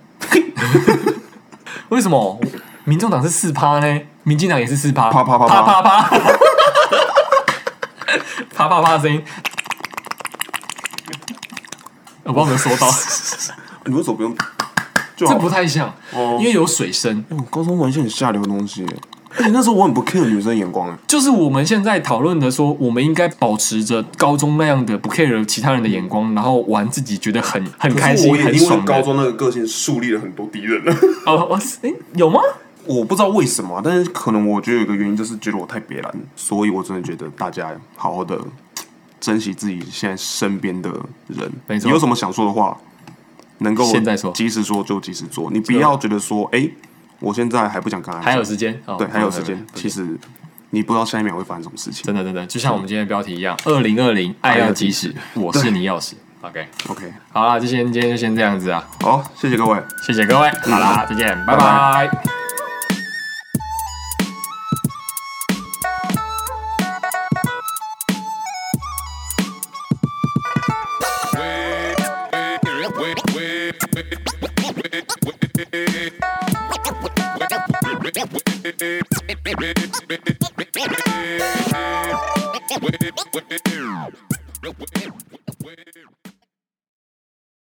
[SPEAKER 1] 为什么？民众党是四趴呢？民进党也是四趴，
[SPEAKER 3] 啪啪啪
[SPEAKER 1] 啪
[SPEAKER 3] 啪
[SPEAKER 1] 啪 啪，啪啪啪的声音。我不知道有没有收到，
[SPEAKER 3] 你为什么不用？就好
[SPEAKER 1] 这不太像，
[SPEAKER 3] 哦
[SPEAKER 1] 因为有水声。
[SPEAKER 3] 我高中玩一些很下流的东西耶，而且那时候我很不 care 女生眼光哎。
[SPEAKER 1] 就是我们现在讨论的说，我们应该保持着高中那样的不 care 其他人的眼光，然后玩自己觉得很很开心、很爽的。
[SPEAKER 3] 中那个个性树立了很多敌人了。
[SPEAKER 1] 哦，我哎，有吗？
[SPEAKER 3] 我不知道为什么啊，但是可能我觉得有一个原因就是觉得我太别蓝，所以我真的觉得大家好好的珍惜自己现在身边的人。
[SPEAKER 1] 没错
[SPEAKER 3] 你有什么想说的话，能够
[SPEAKER 1] 现在说
[SPEAKER 3] 及时说就及时做，你不要觉得说，哎、我现在还不想跟他讲，
[SPEAKER 1] 还有时间，哦
[SPEAKER 3] 对，还有时
[SPEAKER 1] 没
[SPEAKER 3] 间
[SPEAKER 1] 没。
[SPEAKER 3] 其实你不知道下一秒会发生什么事情。
[SPEAKER 1] 真的真的，就像我们今天的标题一样，二零二零嗯爱要及时，我是你钥匙。OK，
[SPEAKER 3] OK，
[SPEAKER 1] 好啦，就先今天就先这样子啊，
[SPEAKER 3] 好，谢谢各位。
[SPEAKER 1] 谢谢各位，好啦，再见，嗯拜
[SPEAKER 3] 拜拜
[SPEAKER 1] 拜。